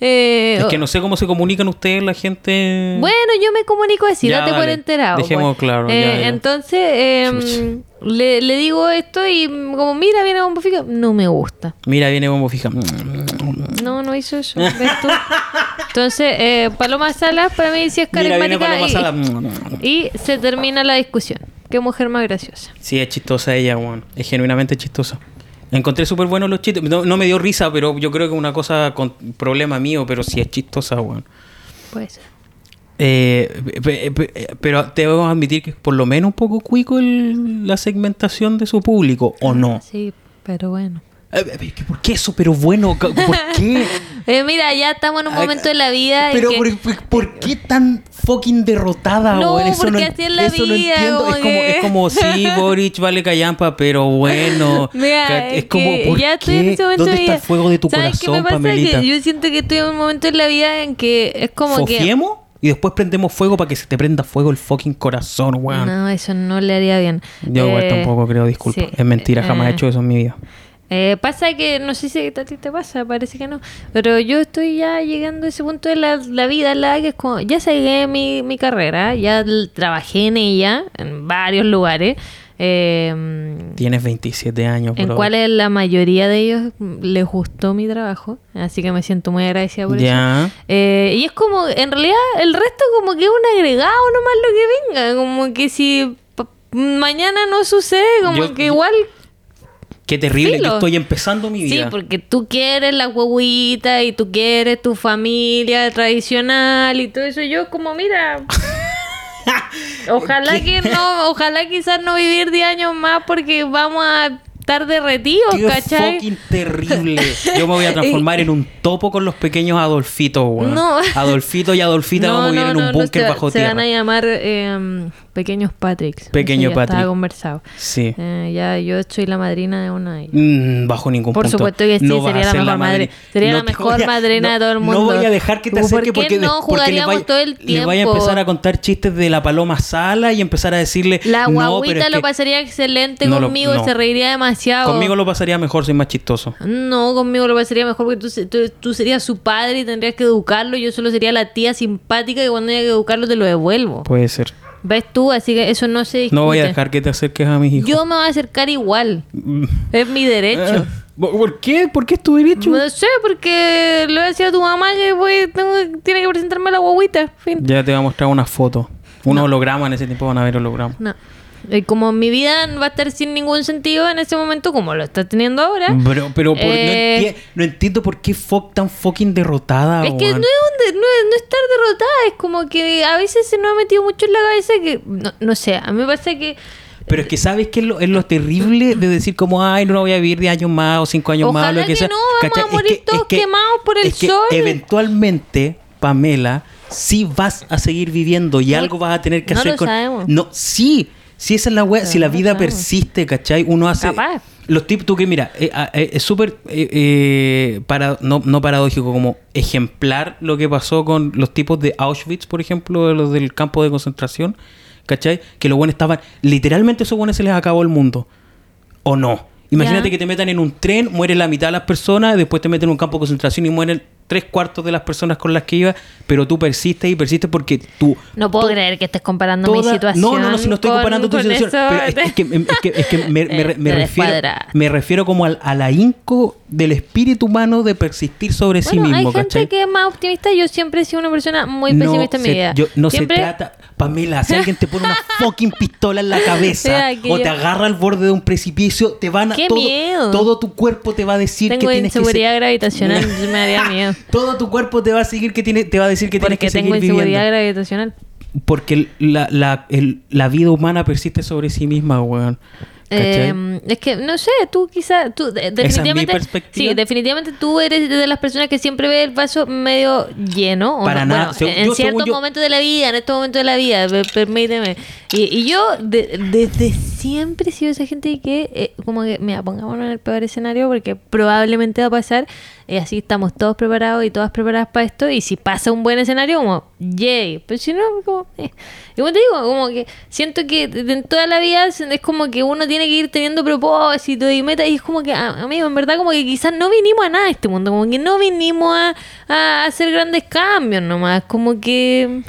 eh,
Es que no sé cómo se comunican ustedes la gente.
Bueno, yo me comunico así,
Mm. Ya,
date por
dale.
enterado.
Dejemos
pues.
claro, ya,
Eh,
ya.
Entonces, eh, le, le digo esto y mm, como, mira, viene Bombo Fica. No me gusta.
Mira, viene bombo fija.
No, no hizo eso. ¿ves tú? Entonces, eh, Paloma Salas para mí sí es
Mira, viene
carismática
Paloma
y-
Sala.
y, se termina la discusión. Qué mujer más graciosa.
Sí, es chistosa ella, weón. Es genuinamente chistosa. Encontré súper buenos los chistes. No, no me dio risa, pero yo creo que es una cosa con problema mío, pero sí es chistosa, weón.
Puede ser.
Eh, pe- pe- pe- pero te debo admitir que es por lo menos un poco cuico el- la segmentación de su público, ¿o no?
Ah, Sí, pero bueno.
Eh, eh, ¿Por qué eso? Pero bueno, ca- ¿por qué?
Eh, mira, ya estamos en un
Ay,
momento de la vida. en
Pero
que-
por, por- ¿por qué tan fucking derrotada,
No,
weón? Eso
porque
en-
así es la
eso no
vida,
entiendo.
como
es, como,
que-
es como, sí, Boric vale callampa, pero bueno.
Mira,
Ca- es
que
como, ¿por
ya estoy en
qué?
ese momento
¿Dónde
de
está
vida.
el fuego de tu
¿Sabes qué me
corazón,
pasa?
Pamelita?
Que yo siento que estoy en un momento en la vida en que es como que...
¿Fofiemos? Y después prendemos fuego para que se te prenda fuego el fucking corazón, weón.
No, eso no le haría bien.
Yo igual
Eh,
tampoco creo, disculpa.
sí,
es mentira, jamás
eh,
he hecho eso en mi vida.
eh, pasa que, no sé si a ti te pasa, parece que no, pero yo estoy ya llegando a ese punto de la, la vida, la que es como, ya seguí mi, mi carrera, ya l- trabajé en ella, en varios lugares, eh,
Tienes 27 años,
en
bro.
cuales la mayoría de ellos mm, les gustó mi trabajo, así que me siento muy agradecida por eso.
Ya.
Eh, y es como, en realidad, el resto como que es un agregado nomás lo que venga. Como que si pa- mañana no sucede, como
Yo-
que igual...
Qué terrible,
Filo.
yo estoy empezando mi
Sí,
vida.
porque tú quieres la huevuita y tú quieres tu familia tradicional y todo eso. Yo como, mira... ojalá que no, ojalá quizás no vivir 10 años más porque vamos a estar derretidos,
Qué
¿cachai?
fucking terrible. Yo me voy a transformar en un topo con los pequeños Adolfitos, weón.
No.
Adolfito y Adolfita vamos a vivir en un búnker
se-
bajo
se
tierra.
van a llamar eh, Pequeños Patricks.
Pequeño
Eso ya Estaba
Patrick.
conversado.
Sí.
Eh, ya yo soy la madrina de una de ellas.
Mm, bajo ningún
Por
punto.
supuesto que sí,
No vas
sería
a
la
ser
mejor madre-
madrina.
sería la
te
mejor
voy a-
madrina de todo el
No
mundo.
voy a dejar que te
¿Por
acerques
qué
porque,
no
des- porque le
jugaríamos
vaya-
todo el
le vaya a
tiempo?
empezar a contar chistes de la paloma sala y empezar a decirle.
La
"No,
guaguita
pero es
lo
que
pasaría excelente
no lo-
conmigo,
no.
se reiría demasiado.
Conmigo lo pasaría mejor, soy más chistoso.
No, conmigo lo pasaría mejor porque tú, se- tú, tú serías su padre y tendrías que educarlo. Yo solo sería la tía simpática que cuando haya que educarlo te lo devuelvo.
Puede ser.
¿Ves tú? Así que eso no se discute.
No voy a dejar que te acerques a mis hijos.
Yo me voy a acercar igual.
Mm.
Es mi derecho.
Ah, ¿Por qué? ¿Por qué es tu derecho?
No sé, porque le voy a decir a tu mamá que voy- tengo- tiene que presentarme a la guaguita. Fin.
Ya te voy a mostrar una foto. Un holograma en ese tiempo van a ver hologramas.
No. Y como mi vida va a estar sin ningún sentido en ese momento, como lo está teniendo ahora.
Pero, pero por-
Eh.
no, entie- no entiendo por qué fuck tan fucking derrotada.
Es que no es,
weón.
un de- no es- no es estar derrotada, es como que a veces se nos ha metido mucho en la cabeza que, no, no sé, a mí me parece que
Pero es que sabes que es lo, es lo terrible de decir como, ay, no voy a vivir 10 años más o 5 años más. o
Ojalá
lo que,
que
sea.
no, vamos a
¿Cachai? Es
morir
que- es
todos
que-
quemados por el
es que
sol.
Eventualmente, Pamela, sí vas a seguir viviendo y
No-
algo vas a tener que
no
hacer
lo
con.
sabemos.
No, sí. Si esa es la wea,
Pero
si la
no
vida
sabemos.
persiste, ¿cachai? Uno hace.
Capaz.
Los tips, tú que mira, eh, ah, eh, es súper. eh, eh, para, no, no paradójico, como ejemplar lo que pasó con los tipos de Auschwitz, por ejemplo, de los del campo de concentración, ¿cachai? Que los buenos estaban. Literalmente, a esos buenos se les acabó el mundo. ¿O no? Imagínate
Ya.
que te metan en un tren, muere la mitad de las personas, después te meten en un campo de concentración y mueren tres cuartos de las personas con las que ibas, pero tú persistes y persistes porque tú...
No puedo creer que estés comparando mi
toda-
situación.
No, no, no, si no estoy
con-
comparando tu
con
situación.
eso
pero es,
de-
es que, es que- es que me, me-
Eh,
me
te
refiero,
descuadraste.
me refiero como al, al ahínco del espíritu humano de persistir sobre sí
Bueno,
mismo,
hay gente
¿cachai?
que es más optimista. Yo siempre he sido una persona muy
No
pesimista en mi
se-
vida.
yo- no
siempre,
se trata, Pamela, si alguien te pone una fucking pistola en la cabeza
Mira, que
o
yo-
te agarra al borde de un precipicio, te van a
¡Qué
todo,
miedo!
todo tu cuerpo te va a decir
Tengo
que tienes que
inseguridad
ser-
gravitacional, yo me daría miedo.
Todo tu cuerpo te va a seguir que tiene, te va a decir que tienes
porque
que
tengo
seguir
inseguridad
viviendo.
gravitacional.
Porque la, la, el- la vida humana persiste sobre sí misma, weón. ¿Cachai?
Eh, es que no sé, tú quizás, tú de-
es mi
definitivamente,
perspectiva.
sí, definitivamente tú eres de las personas que siempre ve el vaso medio lleno. o
Para
no-
nada.
bueno,
Según-
en
yo, según
ciertos
yo-
momentos de la vida, en estos momentos de la vida, per- permíteme. Y, y yo de- desde siempre he sido esa gente que, eh, como que, mira, pongámonos en el peor escenario porque probablemente va a pasar. Y así estamos todos preparados y todas preparadas para esto. Y si pasa un buen escenario, como, yay. Pero si no, como, eh. Y como te digo, como que siento que de- en toda la vida se- es como que uno tiene que ir teniendo propósito y metas. Y es como que, a- amigo, en verdad, como que quizás no vinimos a nada a este mundo. Como que no vinimos a, a hacer grandes cambios nomás. Como que.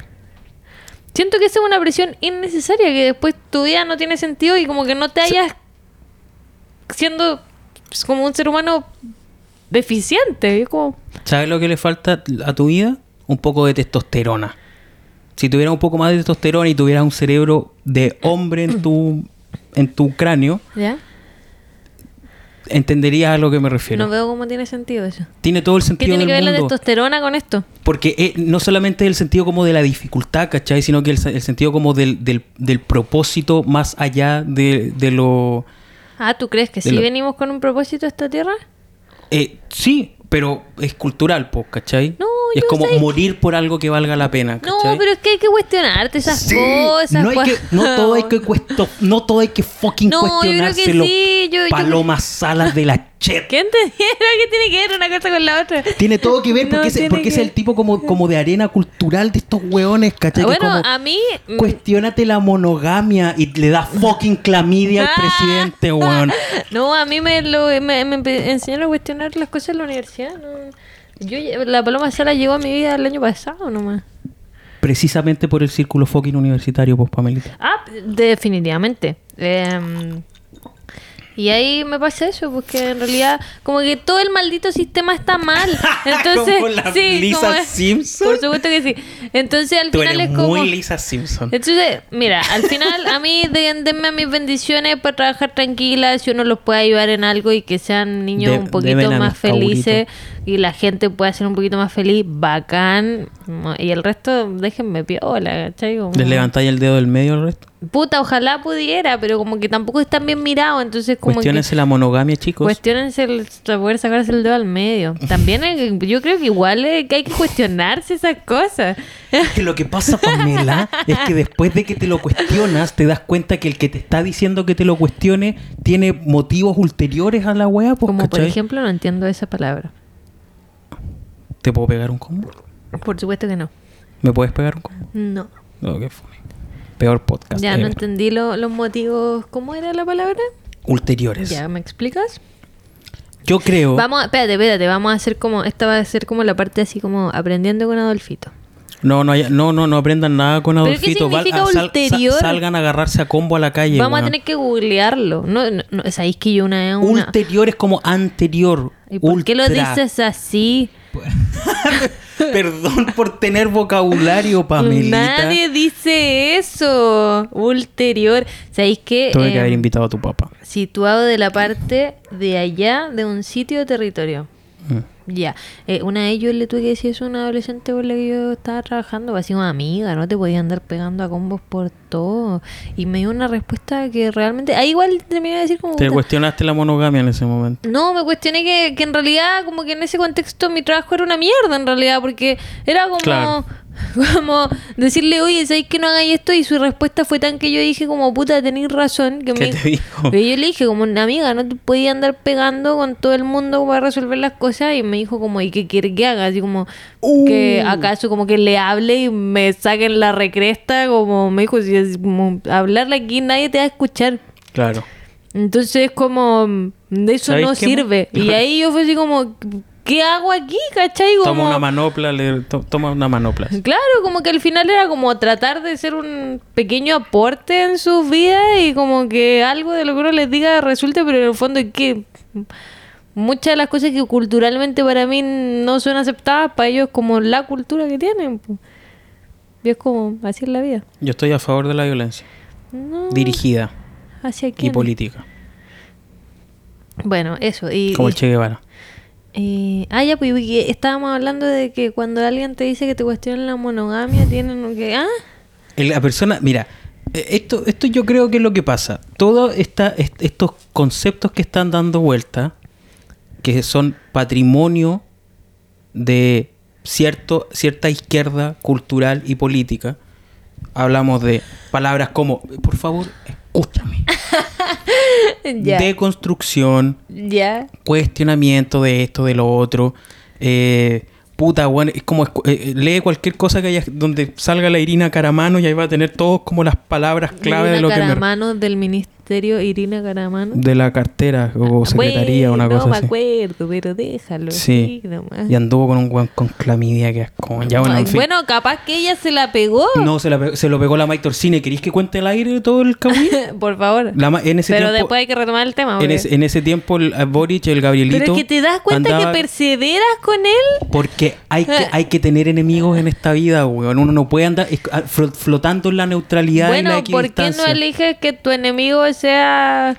Siento que esa es una presión innecesaria, que después tu vida no tiene sentido y como que no te hayas siendo pues, como un ser humano deficiente. Es como,
¿Sabes lo que le falta a tu vida? Un poco de testosterona. Si tuvieras un poco más de testosterona y tuvieras un cerebro de hombre en tu, en tu cráneo,
¿ya?
entenderías a lo que me refiero.
No veo cómo tiene sentido eso.
Tiene todo el
¿Qué
sentido
tiene
del
que ver la
mundo.
testosterona con esto?
Porque eh, no solamente el sentido como de la dificultad, ¿cachai? Sino que el, se- el sentido como del, del, del propósito más allá de, de lo...
Ah, ¿tú crees que
De
sí
lo-
venimos con un propósito a esta tierra?
Eh, sí, pero es cultural, po, ¿cachai?
No,
es
yo
como
sé-
morir por algo que valga la pena,
No,
¿cachai?
pero es que hay que cuestionarte esas
Sí,
cosas.
no, hay
cua-
que, no todo hay que cuesto- no todo hay que fucking
No, yo creo que
cuestionárselo.
sí, yo- yo-
Palomas salas de la chet.
¿Qué entendieron? ¿Qué tiene que ver una cosa con la otra?
Tiene todo que ver
No
porque, ese-
tiene
porque
que
ese es el
ver.
tipo como, como de arena cultural de estos hueones, ¿cachai? Que
Bueno,
como,
a mí... mm,
Cuestiónate la monogamia y le da fucking clamidia al presidente, weón.
No, a mí me, lo, me, me empe- enseñaron a cuestionar las cosas en la universidad. no. Yo, lle- la paloma Sara llegó a mi vida el año pasado nomás.
Precisamente por el círculo fucking universitario, pues, Pamelita.
Ah, definitivamente. Em, y ahí me pasa eso, porque en realidad como que todo el maldito sistema está mal. Entonces,
Como la
sí,
Lisa
como-
Simpson.
Por supuesto que sí. Entonces al
Tú
final
eres
es como...
muy Lisa Simpson.
Entonces, mira, al final a mí de- denme a mis bendiciones para trabajar tranquila, si uno los puede ayudar en algo y que sean niños
De-
un
deben
poquito
a mis
más felices y la gente pueda ser un poquito más feliz, bacán. No, Y el resto déjenme piola, ¿cachai? Como-
¿Les levantáis el dedo del medio al resto?
Puta, ojalá pudiera, pero como que tampoco están bien mirados, entonces como que...
Cuestiónense la monogamia, chicos.
Cuestionense el poder sacarse el dedo al medio. También eh, yo creo que igual eh, que hay que cuestionarse esas cosas.
Es que lo que pasa, Pamela, es que después de que te lo cuestionas, te das cuenta que el que te está diciendo que te lo cuestione tiene motivos ulteriores a la wea, pues,
Como por
¿cachai?
ejemplo, no entiendo esa palabra.
¿Te puedo pegar un combo?
Por supuesto que no.
¿Me puedes pegar un combo?
No.
No, qué fome. Peor podcast.
Ya no
ever.
entendí lo- los motivos. ¿Cómo era la palabra?
Ulteriores.
Ya, ¿me explicas?
Yo creo.
Vamos, a- espérate, espérate. Vamos a hacer como. Esta va a ser como la parte así como aprendiendo con Adolfito.
No, no, hay- no, no, no aprendan nada con
¿Pero qué
Adolfito. Val-
significa
a- sal- sa-
ulterior?
salgan a agarrarse a combo a la calle.
Vamos a
weón.
tener que googlearlo. No, no, no, sabéis que yo una vez. Una...
Ulterior es como anterior.
¿Y por qué lo
ultra.
dices así?
Perdón por tener vocabulario, Pamelita.
Nadie dice eso. Ulterior. ¿Sabéis qué?
Tuve que
Em,
haber invitado a tu papá.
situado de la parte de allá de un sitio o territorio.
Mm.
Ya, Eh, una de ellos le tuve que decir eso a una adolescente por la que yo estaba trabajando, pues, así una amiga, no te podía andar pegando a combos por todo. Y me dio una respuesta que realmente, ahí igual terminé de decir como...
Te
"Puta,
cuestionaste la monogamia en ese momento.
no, me cuestioné que, que en realidad, como que en ese contexto mi trabajo era una mierda, en realidad, porque era como,
Claro.
como decirle, oye, ¿sabéis que no hagáis esto? Y su respuesta fue tan que yo dije, como, puta, tenéis razón. Que
¿Qué
me-
te dijo?
Pero yo le dije, como, una amiga, no te podía andar pegando con todo el mundo para resolver las cosas. Y me dijo, como, ¿y qué quiere que haga? Así como,
Uh.
que acaso, como que le hable y me saquen la recresta, como, me dijo, si es como, hablarle aquí nadie te va a escuchar.
Claro.
Entonces, como. mm, De eso no
¿Sabéis qué, man?
sirve. Y ahí yo fui así como, ¿qué hago aquí? ¿Cachai? Como...
Toma una manopla, le- to- toma una manopla.
Claro, como que al final era como tratar de ser un pequeño aporte en sus vidas y como que algo de lo que uno les diga resulte, pero en el fondo es que muchas de las cosas que culturalmente para mí no son aceptadas, para ellos es como la cultura que tienen. po. Y es como, así es la vida.
Yo estoy a favor de la violencia.
No,
Dirigida
¿Hacia
y
quién?
política.
Bueno, eso. Y,
Como
y-
el Che Guevara.
Eh, ah, ya, pues y que estábamos hablando de que cuando alguien te dice que te cuestionan la monogamia, tienen que... Ah,
El- La persona, mira, eh, esto, esto yo creo que es lo que pasa. Todos esta, est- estos conceptos que están dando vuelta, que son patrimonio de cierto, cierta izquierda cultural y política, hablamos de palabras como, por favor, escúchame,
ya.
deconstrucción,
Ya.
cuestionamiento de esto, de lo otro. Eh, puta, weón, es como escu- eh, eh, lee cualquier cosa que haya, donde salga la Irina Caramano y ahí va a tener todos como las palabras clave
Irina
de lo
Caramano del ministerio Irina Caramano. Ah,
que me, de la cartera o secretaría, una
Bueno,
cosa
No me
así.
acuerdo, pero déjalo. así
Sí.
nomás.
Y anduvo con un weón con clamidia que asco. Ya bueno,
Ay,
en fin.
bueno, capaz que ella se la pegó.
No, se, la pe- se lo pegó la Mike Torcine. ¿Queréis que cuente el aire todo el cabrón?
Por favor.
La ma- en ese
pero
tiempo-
después hay que retomar el tema.
en,
porque-
ese- en ese tiempo el eh, Boric, el Gabrielito.
pero es que te das cuenta
andaba-
que perseveras con él.
Porque hay que, hay que tener enemigos en esta vida, weón. Uno no puede andar es- a- flo- flotando en la neutralidad y la
Bueno, ¿por qué no
equidistancia.
eliges que tu enemigo sea...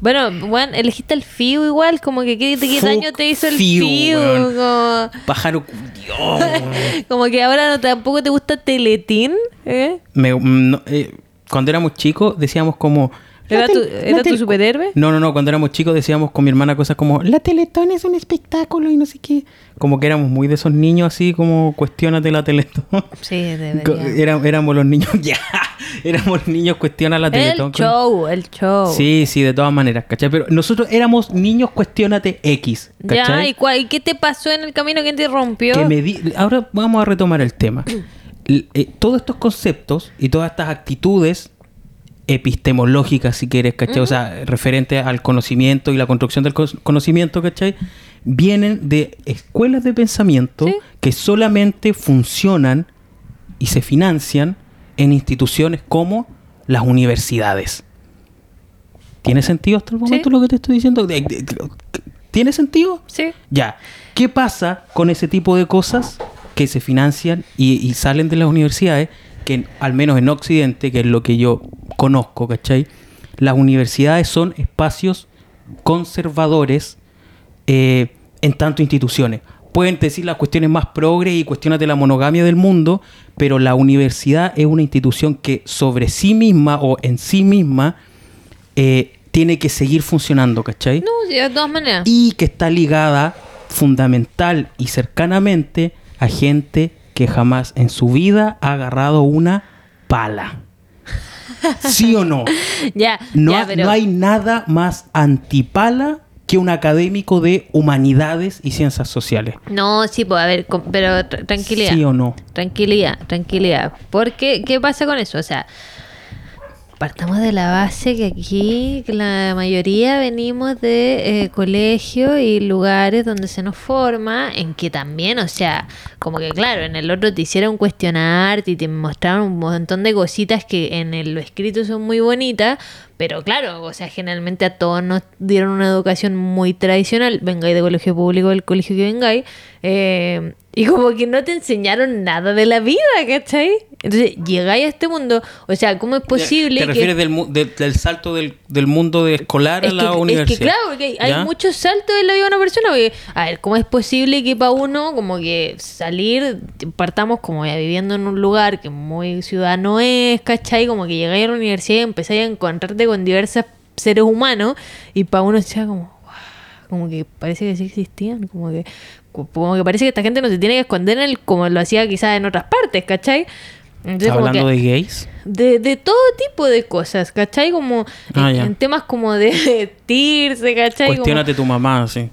Bueno, bueno, elegiste el FIU igual, como que qué, qué
Fuck
daño te hizo el
Fiu,
FIU.
weón.
como-
Pájaro culiao, weón.
Como que ahora no, tampoco te gusta Teletín, ¿eh?
Me- mm, no, eh, Cuando éramos chicos decíamos como...
¿Era
"La
tu,
tel- la
era tu
tel-
superhéroe?
No, no, no. Cuando éramos chicos decíamos con mi hermana cosas como... La Teletón es un espectáculo y no sé qué. Como que éramos muy de esos niños así como... Cuestiónate la Teletón.
Sí,
Co-
debería.
Era- éramos los niños... Ya. Éramos los niños cuestiona la Teletón.
El
con-
show, el show.
Sí, sí, de todas maneras, ¿cachai? Pero nosotros éramos niños cuestionate X,
Ya,
¿cachai?
¿y, cuál- y qué te pasó en el camino? ¿Quién te rompió?
que me di- Ahora vamos a retomar el tema. L- eh, todos estos conceptos y todas estas actitudes epistemológicas, si quieres, ¿cachai? O sea, referente al conocimiento y la construcción del cos- conocimiento, ¿cachai? Vienen de escuelas de pensamiento
Sí.
que solamente funcionan y se financian en instituciones como las universidades. ¿Tiene sentido hasta el momento lo que te estoy diciendo? De- de- ¿Tiene sentido?
Sí.
Ya, ¿qué pasa con ese tipo de cosas que se financian y, y salen de las universidades? Que en- al menos en Occidente, que es lo que yo conozco, ¿cachai? Las universidades son espacios conservadores eh, en tanto instituciones. Pueden decir las cuestiones más progres y cuestiones de la monogamia del mundo, pero la universidad es una institución que sobre sí misma o en sí misma eh, tiene que seguir funcionando, ¿cachai?
No, sí, de todas maneras.
y que está ligada fundamental y cercanamente a gente que jamás en su vida ha agarrado una pala. ¿Sí o no?
ya,
No,
ya,
ha-
pero...
no hay nada más antipala que un académico de humanidades y ciencias sociales.
No, sí, pues, a ver, com- pero tra- tranquilidad.
¿Sí o no?
Tranquilidad, tranquilidad. Porque, ¿qué pasa con eso? O sea, partamos de la base que aquí la mayoría venimos de eh, colegios y lugares donde se nos forma, en que también, o sea, como que claro, en el otro te hicieron cuestionarte y te mostraron un montón de cositas que en el, lo escrito son muy bonitas, pero claro, o sea, generalmente a todos nos dieron una educación muy tradicional, vengáis de colegio público, del colegio que vengáis, eh, y como que no te enseñaron nada de la vida, ¿cachai? Entonces, llegáis a este mundo, o sea, ¿cómo es posible
¿Te
Pues que...
refieres del, mu- del- del salto del, del mundo de escolar
Es
a
que,
la
es que
universidad?
claro, porque hay, hay
¿Ya?
muchos saltos en la vida de una persona. Porque, a ver, ¿cómo es posible que para uno, como que salir, partamos como ya viviendo en un lugar que muy ciudadano es, ¿cachai? Como que llegáis a la universidad y empezáis a encontrarte con diversos seres humanos y para uno sea como, como que parece que sí existían, como que, como que parece que esta gente no se tiene que esconder en el, como lo hacía quizás en otras partes, ¿cachai? Entonces, como
¿Hablando
que-
de gays?
de, de todo tipo de cosas, ¿cachai? Como
Ah,
en,
ya.
en temas como de vestirse, ¿cachai? Como-
Cuestiónate tu mamá, sí.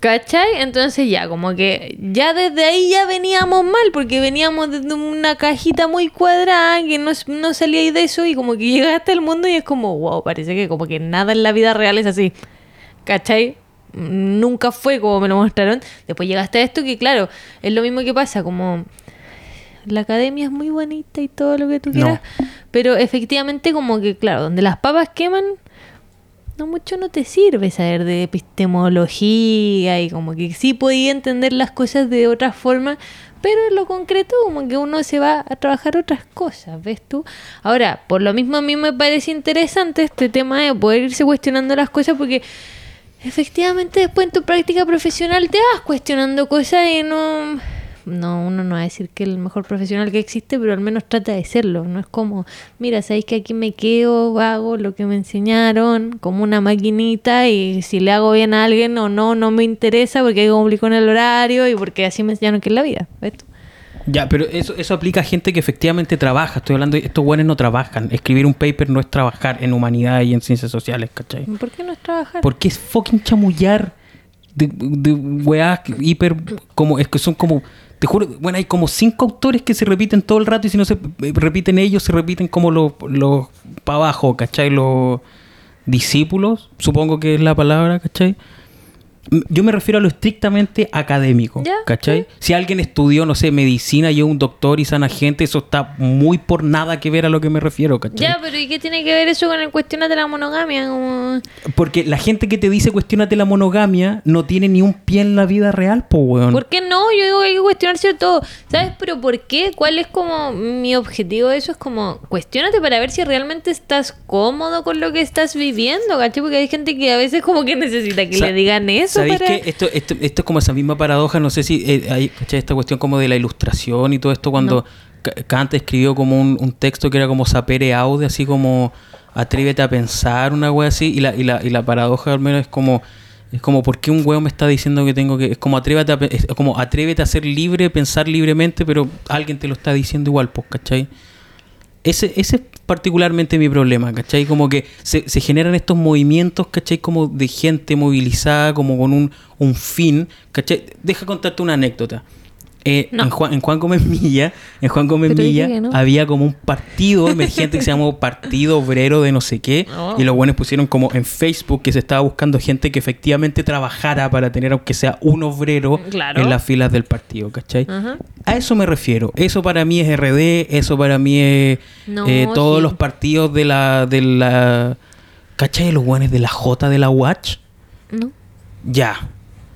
¿Cachai? Entonces ya, como que ya desde ahí ya veníamos mal, porque veníamos desde una cajita muy cuadrada, que no, s- no salíais de eso, y como que llegaste al mundo y es como, wow, parece que como que nada en la vida real es así. ¿cachai? Nunca fue como me lo mostraron. Después llegaste a esto que, claro, es lo mismo que pasa, como la academia es muy bonita y todo lo que tú quieras,
No.
pero efectivamente como que, claro, donde las papas queman, no mucho no te sirve saber de epistemología y como que sí podía entender las cosas de otra forma, pero en lo concreto como que uno se va a trabajar otras cosas, ¿ves tú? Ahora, por lo mismo a mí me parece interesante este tema de poder irse cuestionando las cosas porque... Efectivamente, después en tu práctica profesional te vas cuestionando cosas y no... No, uno no va a decir que el mejor profesional que existe, pero al menos trata de serlo. No es como, mira, sabéis que aquí me quedo, hago lo que me enseñaron, como una maquinita, y si le hago bien a alguien o no, no me interesa porque cumplí con el horario y porque así me enseñaron que es la vida. ¿Ves tú?
Ya, pero eso, eso aplica a gente que efectivamente trabaja. Estoy hablando, de- estos buenos no trabajan. Escribir un paper no es trabajar en humanidades y en ciencias sociales, ¿cachai?
¿Por qué no es trabajar?
Porque es fucking chamullar de, de weas que- hiper. como Es que son como. Te juro, bueno, hay como cinco autores que se repiten todo el rato y si no se eh, repiten ellos, se repiten como los. los para abajo, ¿cachai? Los discípulos, supongo que es la palabra, ¿cachai? M- Yo me refiero a lo estrictamente académico,
Ya,
¿cachai?
sí.
Si alguien estudió, no sé, medicina y es un doctor y sana gente, eso está muy por nada que ver a lo que me refiero, ¿cachai?
Ya, pero ¿y qué tiene que ver eso con el cuestionar de la monogamia? Como-
Porque la gente que te dice cuestionate la monogamia no tiene ni un pie en la vida real, po, weón.
¿Por qué no? Yo digo que hay que cuestionarse todo. ¿Sabes? Pero ¿por qué? ¿Cuál es como mi objetivo de eso? Es como, cuestionate para ver si realmente estás cómodo con lo que estás viviendo, ¿cachai? Porque hay gente que a veces como que necesita que
Sa-
le digan eso
¿Sabéis
para...
qué? Esto, esto, esto es como esa misma paradoja, no sé si eh, hay ¿cachai? esta cuestión como de la ilustración y todo esto, cuando Ca- Kant escribió como un, un texto que era como sapere aude, así como atrévete a pensar, una wea así, y la, y la, y la paradoja al menos es como... Es como, ¿por qué un weón me está diciendo que tengo que...? Es como, atrévete a, pe- es como, atrévete a ser libre, pensar libremente, pero alguien te lo está diciendo igual, pues, ¿cachai? Ese, ese es particularmente mi problema, ¿cachai? Como que se, se generan estos movimientos, ¿cachai? Como de gente movilizada, como con un, un fin, ¿cachai? Deja contarte una anécdota. Eh,
No.
en, Juan, en Juan Gómez Milla, en Juan Gómez
Pero dije
Milla
que no.
había como un partido emergente que se llamó Partido Obrero de no sé qué.
Oh.
Y los buenos pusieron como en Facebook que se estaba buscando gente que efectivamente trabajara para tener aunque sea un obrero
Claro.
en las filas del partido, ¿cachai?
Ajá.
A eso me refiero. Eso para mí es RD, eso para mí es
No,
eh, todos
sí.
los partidos de la, de la... ¿Cachai? Los guanes de la J de la Watch.
No.
Ya.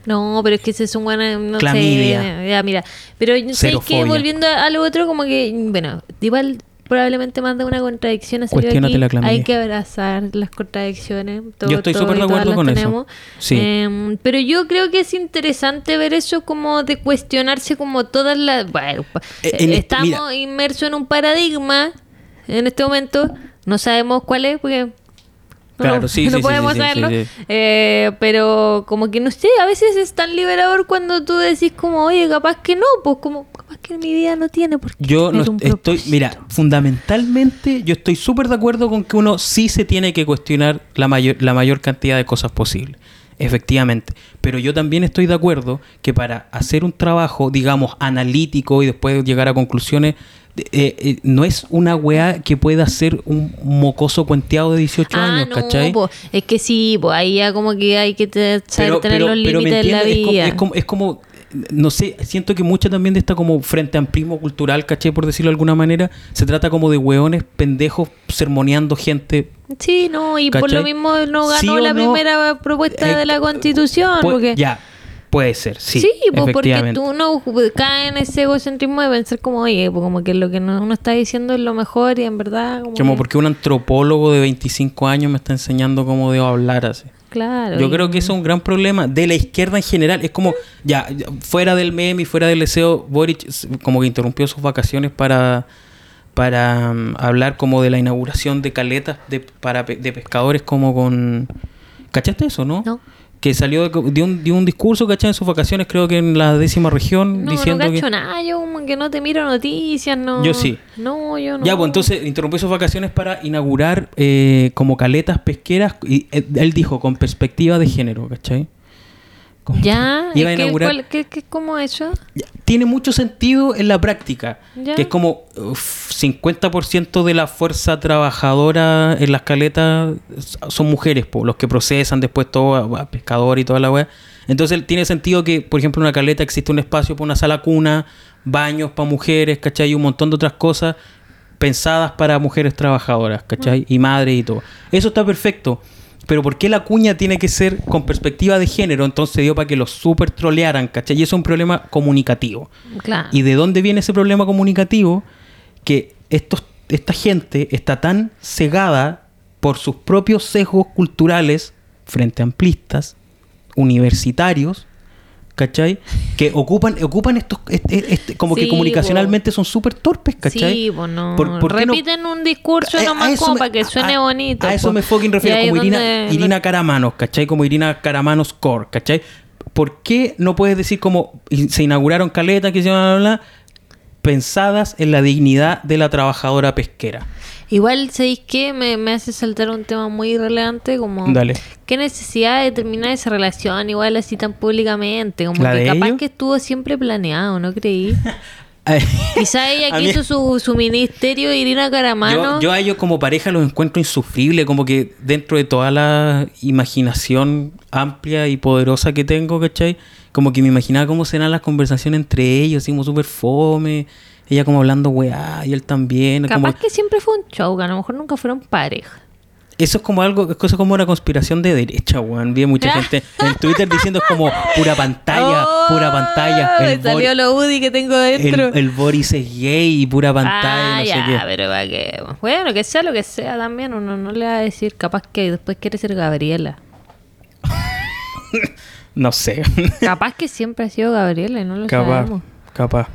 No, pero es que ese es un buen... No
Clamidia.
sé, ya, mira. Pero yo sé que
Xerofobia.
volviendo a a lo otro, como que, bueno, igual probablemente más de una contradicción ha salido
Cuestiónate
aquí.
la clamidia.
Hay que abrazar las contradicciones. todo-
Yo estoy
todo
súper
y
de
todas
acuerdo
las
con eso.
tenemos.
Sí.
Em, pero yo creo que es interesante ver eso como de cuestionarse como todas las... Bueno, pa-
Eh, en este-
estamos
mira.
inmersos en un paradigma en este momento. No sabemos cuál es porque... No,
Claro, sí,
no
sí, sí,
podemos
sí, sí,
saberlo.
sí, sí.
Eh, pero como que no sé, a veces es tan liberador cuando tú decís como, oye, capaz que no, pues como, capaz que mi vida no tiene por qué
Yo no
tener un
est- estoy...
propósito.
Mira, fundamentalmente yo estoy súper de acuerdo con que uno sí se tiene que cuestionar la mayor, la mayor cantidad de cosas posible. Efectivamente. Pero yo también estoy de acuerdo que para hacer un trabajo, digamos, analítico y después llegar a conclusiones... eh, eh, no es una weá que pueda ser un mocoso cuenteado de 18 años, ¿cachai?
Ah, po. es que sí, pues ahí ya como que hay que te- saber tener los
pero me
límites de la
entiendes,
vida.
Es como, es como- es como, no sé, siento que mucha también de esta como frente amplismo cultural, caché, por decirlo de alguna manera, se trata como de hueones pendejos sermoneando gente.
Sí, no, y por
¿Cachai?
lo mismo no ganó
Sí o
la
no,
primera propuesta
eh,
de la Constitución.
Pu-
porque...
Ya, puede ser, sí.
Sí, pues porque
efectivamente.
tú no caes en ese egocentrismo de pensar como, oye, pues como que lo que no- uno está diciendo es lo mejor y en verdad... Como
Como
que-
porque un antropólogo de 25 años me está enseñando cómo debo hablar así.
Claro.
Yo
y-
creo que eso es un gran problema de la izquierda en general. Es como, ya, ya, fuera del meme y fuera del deseo, Boric s- como que interrumpió sus vacaciones para, para mm, hablar como de la inauguración de caletas de, para, pe- de pescadores como con... ¿Cachaste eso, no?
No.
Que salió de, co- de un, de un discurso, ¿cachai? En sus vacaciones, creo que en la décima región,
No,
Mm, diciendo
no
que...
cacho nada, yo como que no te miro noticias, no...
Yo sí.
No, yo no.
Ya, pues entonces interrumpió sus vacaciones para inaugurar eh, como caletas pesqueras y eh, él dijo con perspectiva de género, ¿cachai? Como
ya,
iba a
¿qué-
inaugurar-
cuál- qué- qué- cómo eso?
Ya, Tiene mucho sentido en la práctica,
Ya.
que es como uf, 50% de la fuerza trabajadora en las caletas son mujeres, po, los que procesan después todo, a- a pescador y toda la weá. Entonces tiene sentido que, por ejemplo, en una caleta existe un espacio para una sala cuna, baños para mujeres, ¿cachai? Y un montón de otras cosas pensadas para mujeres trabajadoras, ¿cachai? Y madres y todo. Eso está perfecto. Pero ¿por qué la cuña tiene que ser con perspectiva de género? Entonces dio para que los super trolearan, ¿cachai? Y eso es un problema comunicativo.
Claro.
¿Y de dónde viene ese problema comunicativo? Que estos, esta gente está tan cegada por sus propios sesgos culturales frente a amplistas, universitarios, ¿cachai? Que ocupan, ocupan estos, este- este- como
Sí,
que comunicacionalmente son súper torpes, ¿cachai?
Sí, pues no.
¿Por- por qué no-
Repiten un discurso
a- a
nomás
eso
como
me-
para que suene
a-
bonito.
A eso
po.
me fucking
Y
refiero,
ahí
como
es
Irina,
donde-
Irina Caramanos, ¿cachai? Como Irina Caramanos Core, ¿cachai? ¿Por qué no puedes decir como y- se inauguraron caletas que se llaman bla, bla, bla, pensadas en la dignidad de la trabajadora pesquera?
Igual, ¿sabéis qué? Me, me hace saltar un tema muy irrelevante como...
Dale.
¿Qué necesidad de terminar esa relación igual así tan públicamente? Como
¿La
que
de
capaz
ellos?
que estuvo siempre planeado, ¿no creí?
Yo,
Quizá ella
A mí-
quiso su, su ministerio Irina Caramano.
yo a ellos como pareja los encuentro insufribles, como que dentro de toda la imaginación amplia y poderosa que tengo, ¿cachai? Como que me imaginaba cómo serán las conversaciones entre ellos, así como súper fome, ella como hablando weá y él también.
Capaz
como...
que siempre fue un show, que a lo mejor nunca fueron pareja.
Eso es como algo, eso es como una conspiración de derecha, weón. Vi mucha gente en Twitter diciendo es como pura pantalla, pura pantalla.
Oh, Me
El,
salió
Bori-
lo UDI que tengo dentro.
el- el Boris es gay y pura pantalla,
ah,
no sé
ya,
qué.
pero para que... Bueno, que sea lo que sea también, uno no le va a decir capaz que después quiere ser Gabriela.
No sé.
Capaz que siempre ha sido Gabriela y no lo
capaz,
sabemos.
capaz.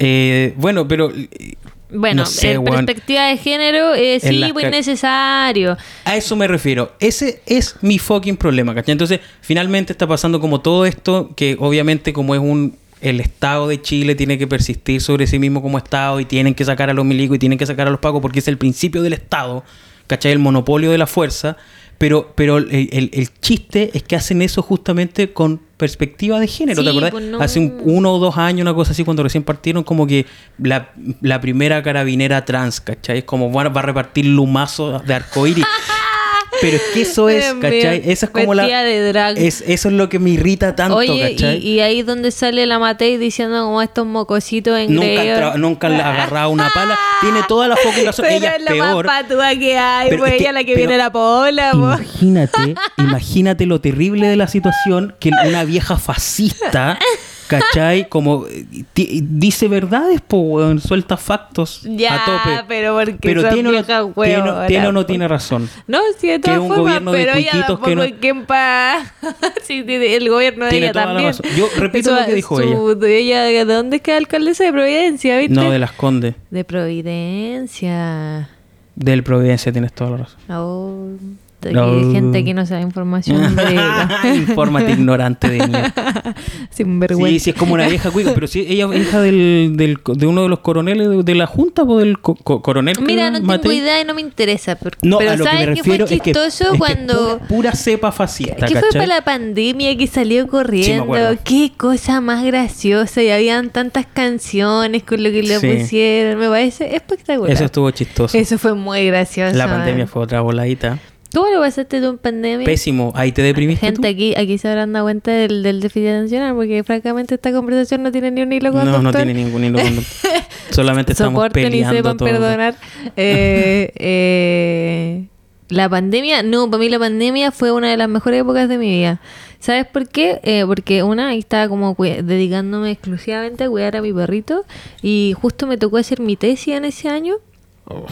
Eh, bueno, pero eh,
Bueno,
No sé,
en
weón.
perspectiva de género, eh,
En
sí,
las
pues
ca-
necesario.
A eso me refiero. Ese es mi fucking problema, ¿cachai? Entonces, finalmente está pasando como todo esto, que obviamente como es un... El Estado de Chile tiene que persistir sobre sí mismo como Estado y tienen que sacar a los milicos y tienen que sacar a los pacos porque es el principio del Estado, ¿cachai? El monopolio de la fuerza. Pero, pero el, el- el chiste es que hacen eso justamente con perspectiva de género,
Sí,
¿te acordás?
pues no.
Hace un, uno o dos años, una cosa así, cuando recién partieron, como que la, la primera carabinera trans, ¿cachai? Es como bueno, va a repartir lumazos de arcoíris. Pero es que eso es,
Dios mío,
¿cachai? Esa es como
vestida
la.
de drag.
Es, eso es lo que me irrita tanto,
Oye, y,
¿cachai?
y ahí es donde sale la Matei diciendo como estos mocositos en
nunca, han tra- nunca le ha agarrado una pala. Tiene toda la fucking razón.
Pero
Ella
es
es
la
peor.
más patúa que hay,
Pero
pues
es que-
ella la que
pero- mm,
viene la pola, pues.
Imagínate, imagínate lo terrible de la situación que una vieja fascista, ¿cachai? Como eh, ti- dice verdades, po, weón, suelta factos
Ya,
a tope.
pero porque
Pero
son
tiene o no-
viejas
tiene o-
huevonas,
tiene o no
po.
tiene razón.
No, sí, de
Que
todas
un
formas,
gobierno de
pero ella
cuiquitos
tampoco
que no-
es quien pa... sí, tiene- el gobierno de
Tiene
ella
toda la
también.
razón. Yo repito lo que dijo
su- de ella. ¿De dónde es que es alcaldesa de Providencia, viste?
No, de las Condes.
De Providencia.
Del Providencia tienes toda la razón.
Oh, de-
No.
hay gente que no sabe información de...
Infórmate ignorante de mierda.
Sinvergüenza.
Sí, sí, es como una vieja cuica, pero sí, ella es hija del, del- de uno de los coroneles de, de la junta, o del co- co- coronel. creo,
Mira, no
Matei.
tengo idea y no me interesa. Pero,
No,
pero
a lo que
¿sabes
me
qué fue
refiero es que-
chistoso
es que
cuando...
pura, pura cepa fascista,
¿Qué fue
¿cachai?
para la pandemia que salió corriendo?
acuerdo.
Qué cosa más graciosa. Y habían tantas canciones con lo que le
Sí.
pusieron. Me parece espectacular.
Eso estuvo chistoso.
Eso fue muy gracioso.
la pandemia
man.
fue otra voladita.
¿Cómo lo pasaste tú en pandemia?
Pésimo. Ahí te deprimiste
Gente,
tú?
aquí, aquí se habrán dado cuenta del, del déficit atencional porque francamente esta conversación no tiene ni un hilo conductor.
No, no tiene ningún hilo conductor. Solamente estamos
Soporten y
peleando
sepan
todo.
perdonar. Eh, eh, la pandemia, no, para mí la pandemia fue una de las mejores épocas de mi vida. ¿Sabes por qué? Eh, porque una, ahí estaba como cui- dedicándome exclusivamente a cuidar a mi perrito y justo me tocó hacer mi tesis en ese año.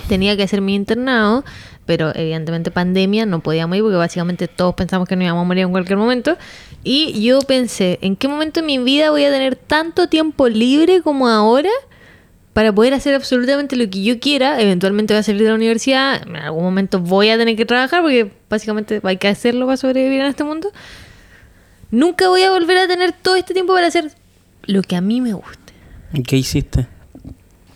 Tenía que hacer mi internado, pero evidentemente pandemia, no podíamos ir porque básicamente todos pensamos que nos íbamos a morir en cualquier momento. Y yo pensé, ¿en qué momento de mi vida voy a tener tanto tiempo libre como ahora? para poder hacer absolutamente lo que yo quiera, eventualmente voy a salir de la universidad, en algún momento voy a tener que trabajar porque básicamente hay que hacerlo para sobrevivir en este mundo. Nunca voy a volver a tener todo este tiempo para hacer lo que a mí me guste.
¿Y ¿Qué hiciste?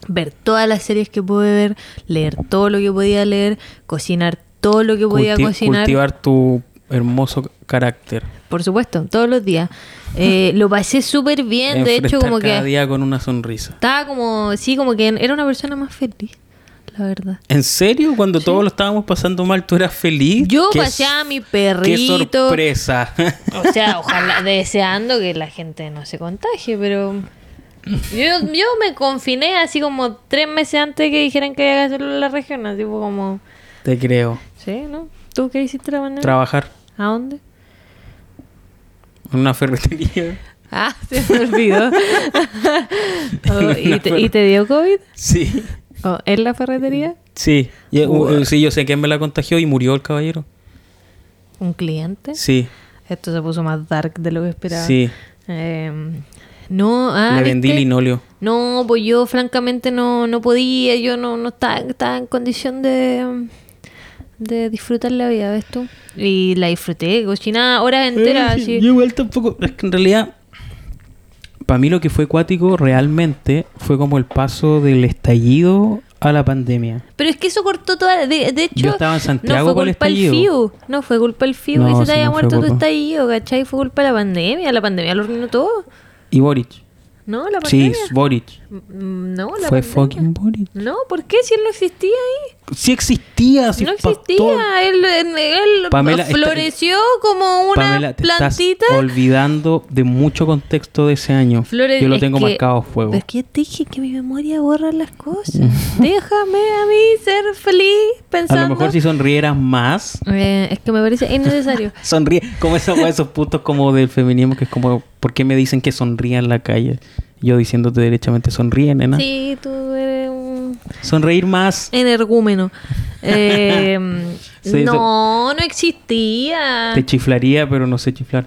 Ver todas las series que pude ver, leer todo lo que podía leer, cocinar todo lo que podía
Culti-
cocinar.
Cultivar tu hermoso carácter.
Por supuesto, todos los días. Eh, lo pasé súper bien, de hecho,
Enfrentar
como
cada
que
día con una sonrisa.
estaba como, sí, como que era una persona más feliz, la verdad.
¿En serio? Cuando todos lo estábamos pasando mal, tú eras feliz.
Yo
¡Qué
pasé a mi
¡Qué
perrito.
sorpresa!
O sea, ojalá, deseando que la gente no se contagie, pero. Yo, yo me confiné así como tres meses antes que dijeran que había que hacerlo en la región, así fue como.
Te creo.
Sí, ¿no? ¿Tú qué hiciste la mañana?
Trabajar
¿A dónde?
en una ferretería.
Ah, se me olvidó. Oh, ¿y, te, y te dio COVID?
Sí.
Oh, ¿En la ferretería?
Sí. Y, uh, uh, sí, yo sé quién me la contagió y murió el caballero.
¿Un cliente?
Sí.
Esto se puso más dark de lo que esperaba.
Sí.
Eh, no, ah,
Le vendí
¿viste?
linoleo.
No, pues yo francamente no, no podía, yo no, no estaba, estaba en condición de, de disfrutar la vida, ¿ves tú? Y la disfruté, cochinada, horas enteras,
Eh, sí,
así.
Yo igual tampoco. Es que en realidad, para mí lo que fue cuático realmente fue como el paso del estallido a la pandemia.
Pero es que eso cortó toda. De, de hecho,
Yo estaba en Santiago
no fue
para el
culpa el
estallido.
FIU. No fue culpa el FIU
No,
que se te
sí,
haya
no fue
muerto tu
culpa.
estallido, ¿cachai? Fue culpa de la pandemia. La pandemia lo arruinó todo.
Y Boric.
¿No? La
Sí,
pandemia.
Boric.
Mm, No, la
Fue
pandemia.
fucking Boric.
No, ¿por qué? Si él no existía ahí.
Sí existía. Sí
no
pa- todo-
existía. Él, él- él
Pamela, está-
floreció como una
Pamela, te
plantita.
estás olvidando de mucho contexto de ese año.
Flore-
Yo lo
es
tengo
que-
marcado a fuego. Mm.
Pero es que yo te dije que mi memoria borra las cosas. Déjame a mí ser feliz
a
pensando.
lo mejor si sonrieras más,
Eh, es que me parece innecesario.
sonríe. Como esa wea, esos puntos como del feminismo que es como, ¿por qué me dicen que sonría en la calle? Yo diciéndote derechamente, sonríe, nena.
Sí, tú eres un
Sonreír más.
energúmeno. Eh,
Sí,
no, no existía.
Te chiflaría, pero no sé chiflar.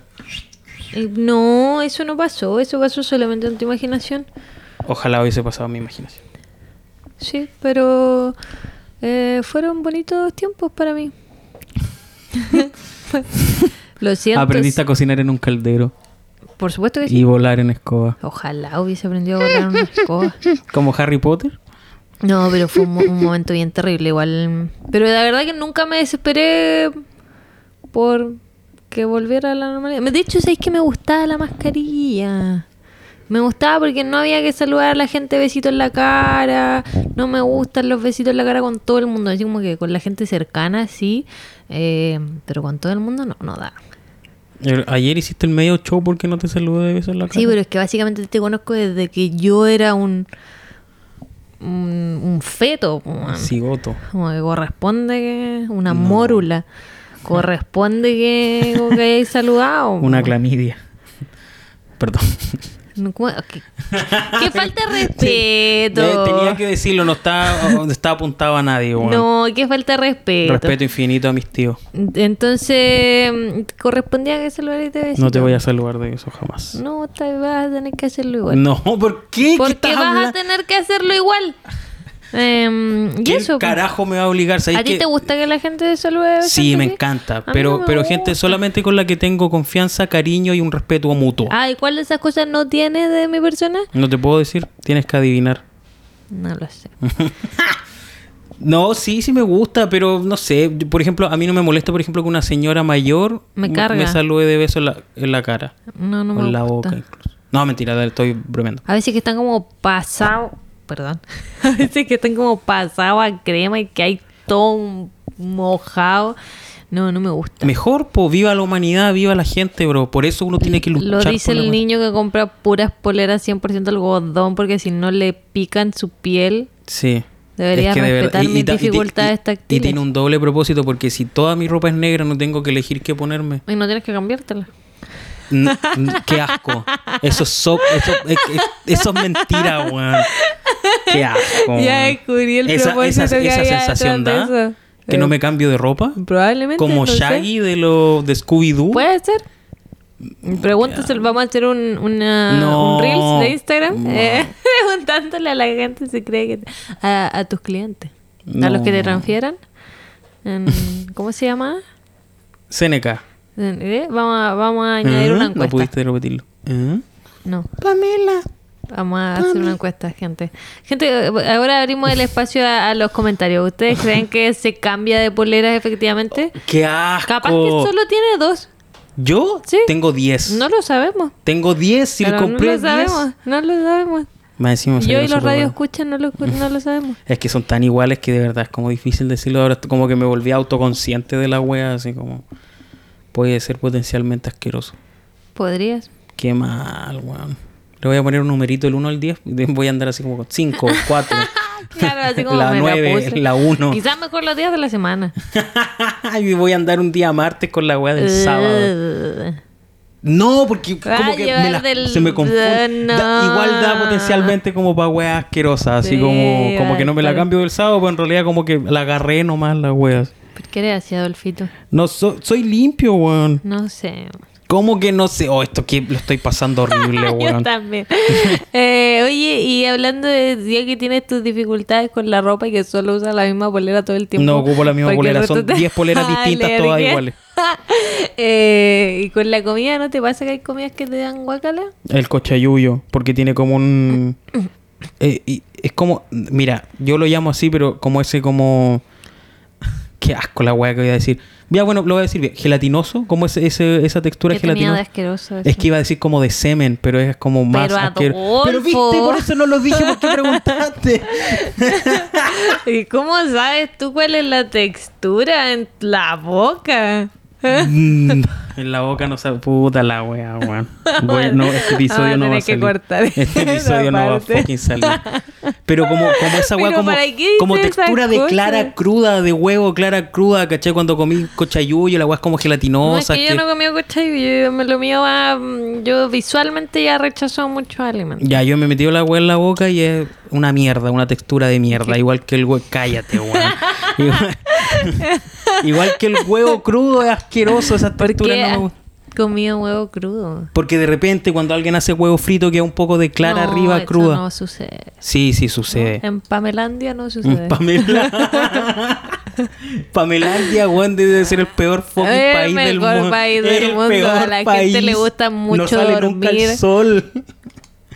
Eh, No, eso no pasó. Eso pasó solamente en tu imaginación.
Ojalá hubiese pasado mi imaginación.
Sí, pero eh, fueron bonitos tiempos para mí. Lo siento.
Aprendiste a cocinar en un caldero
Por supuesto que sí.
y volar en escoba.
Ojalá hubiese aprendido a volar una escoba.
Como Harry Potter.
No, pero fue un, mo- un momento bien terrible igual. Pero la verdad que nunca me desesperé por que volviera a la normalidad. De hecho, sabéis que me gustaba la mascarilla. Me gustaba porque no había que saludar a la gente besito en la cara. No me gustan los besitos en la cara con todo el mundo. Así como que con la gente cercana, sí. eh, pero con todo el mundo no, no da.
El- ayer hiciste el medio show porque no te saludé de beso en la cara.
Sí, pero es que básicamente te conozco desde que yo era un... Un, un feto. weón.
Cigoto.
Como que corresponde que una mórula. Corresponde que, como que hayáis saludado.
Una clamidia. Perdón.
No, ¿cómo? ¿Qué, qué falta de respeto.
Eh, Tenía que decirlo, no está, no está apuntado a nadie. weón.
No, qué falta de respeto.
Respeto infinito a mis tíos.
Entonces, mm, correspondía que saludar y te besito.
No te voy a saludar de eso jamás.
No, te vas a tener que hacerlo igual.
No, ¿por qué? ¿Qué
Porque
estás
vas a
hablando?
tener que hacerlo igual. Em, y
¿Quién
eso. pues.
carajo me va a obligar? ¿Sabes
¿A ti
qué?
te gusta que la gente te salude?
Sí,
gente
me
así?
encanta.
A mí
Pero,
no me
pero gente
gusta.
solamente con la que tengo confianza, cariño y un respeto mutuo.
Ah, ¿y cuál de esas cosas no tienes de mi persona?
No te puedo decir, tienes que adivinar.
No lo sé.
No, sí, sí me gusta, pero no sé. Yo, Por ejemplo, a mí no me molesta, por ejemplo, que una señora mayor
Me carga.
me salude de beso en la, en la cara.
No, no
o
me
en la
gusta.
boca incluso. No, mentira, dale, estoy bromeando.
A veces que están como pasados. Perdón. A veces que están como pasados a crema y que hay todo un mojado. No, no me gusta.
Mejor, pues, viva la humanidad, viva la gente, bro. Por eso uno tiene que luchar.
Lo dice
por la
el
humanidad.
niño que compra puras poleras 100% algodón porque si no le pican su piel.
Sí.
Debería
verdad-
respetar mis
ta- ti-
dificultades
y,
táctiles.
tiene un doble propósito, porque si toda mi ropa es negra, no tengo que elegir qué ponerme.
Y no tienes que cambiártela.
N- n- qué asco. Eso es, so- eso, es- es- eso es mentira, weón. Qué asco.
Ya
weón.
descubrí el propósito que había detrás de eso.
que
Eh,
no me cambio de ropa.
Probablemente.
Como
no sé. Pues,
Shaggy de los de Scooby-Doo.
Puede ser. Pregúntaselo, vamos a hacer un, una,
Mm, No.
un Reels de Instagram
No.
eh, preguntándole a la gente si cree que. a, a tus clientes, a los que te
No.
transfieran. En- ¿Cómo se llama?
Seneca.
En- eh, Vamos, a, vamos a añadir
Ah,
una
No
encuesta.
pudiste repetirlo. Ah.
No.
Pamela,
Vamos a hacer una encuesta, gente. Gente, ahora abrimos el espacio a, a los comentarios. ¿Ustedes creen que se cambia de poleras efectivamente?
¡Qué asco!
Capaz que solo tiene dos.
¿Yo?
Sí.
Tengo 10.
No lo sabemos.
Tengo 10 si
Pero
compré
no lo
10.
sabemos. No lo sabemos.
Más encima me
Yo y
salieron
los
súper
radios
baratos.
escuchan, no lo, no lo sabemos.
Es que son tan iguales que de verdad es como difícil decirlo. Ahora estoy como que me volví autoconsciente de la wea, así como puede ser potencialmente asqueroso.
Podrías.
Qué mal, weón. Le voy a poner un numerito del 1 al 10. Voy a andar así como con 5, 4.
Claro, así como
La
me
nueve,
la puse.
la uno.
Quizás mejor los días de la semana.
y voy a andar un día martes con la wea del sábado.
Ugh.
No, porque
Va
como
a
que
llevar
me la-
del-
se me confunde.
de-
Da-
no.
igual da potencialmente como para weas asquerosas. así
Sí,
como, como
va,
que no me la
está
cambio del sábado, pero en realidad como que la agarré nomás las weas.
¿Por qué eres así, Adolfito?
No, so- soy limpio, weón.
No sé.
¿Cómo que no sé? Oh, esto que lo estoy pasando horrible,
Yo
weón.
también. Eh, oye, y hablando de día que tienes tus dificultades con la ropa y que solo usas la misma polera todo el tiempo.
No ocupo la misma
porque el
polera,
resto
son
te-
10 poleras distintas, todas
Alergia.
iguales.
Eh, y con la comida, ¿no te pasa que hay comidas que te dan guacala?
El cochayuyo, porque tiene como un... eh, y es como... Mira, yo lo llamo así, pero como ese como... Qué asco la weá que voy a decir. Ya, bueno, lo voy a decir bien. Gelatinoso, como ese, ese- esa textura
Que tenía de
gelatinosa.
asqueroso. eso?
Es que iba a decir como de semen, pero es como más
Pero,
asqueroso. Pero
Adolfo.
viste, por eso no lo dije, porque preguntaste?
¿Y cómo sabes tú cuál es la textura en la boca? ¿Eh?
Mm, en la boca no se puta la wea, weón. Bueno, este
Vamos
episodio
a
no va
tener
a
que
salir.
cortar
este
esa
episodio no va a
parte.
fucking salir. Pero como, como esa wea,
Pero
como,
¿para qué
como
dices
textura
esas
de
cosas?
clara cruda, de huevo clara cruda, ¿cachai? Cuando comí cochayuyo, la wea es como
No,
gelatinosa.
es que yo
que-
no comí cochayuyo, yo, me- lo mío va... mm, Yo visualmente ya rechazo muchos alimentos.
Ya, yo me metí la wea en la boca y es una mierda, una textura de mierda. Igual que el huevo. Cállate, weón. Igual, igual que el huevo crudo es asqueroso, esa textura
¿Qué
no me
has
gusta.
comido huevo crudo?
Porque de repente cuando alguien hace huevo frito queda un poco de clara
No,
arriba
eso
cruda.
no sucede.
Sí, sí sucede.
En Pamelandia no sucede.
Pamela. Pamelandia, weón, debe ser el peor fucking
El
país del
mejor
mundo.
país del
El
mundo.
peor
A la gente le gusta
no
mucho
sale nunca el
dormir.
sol.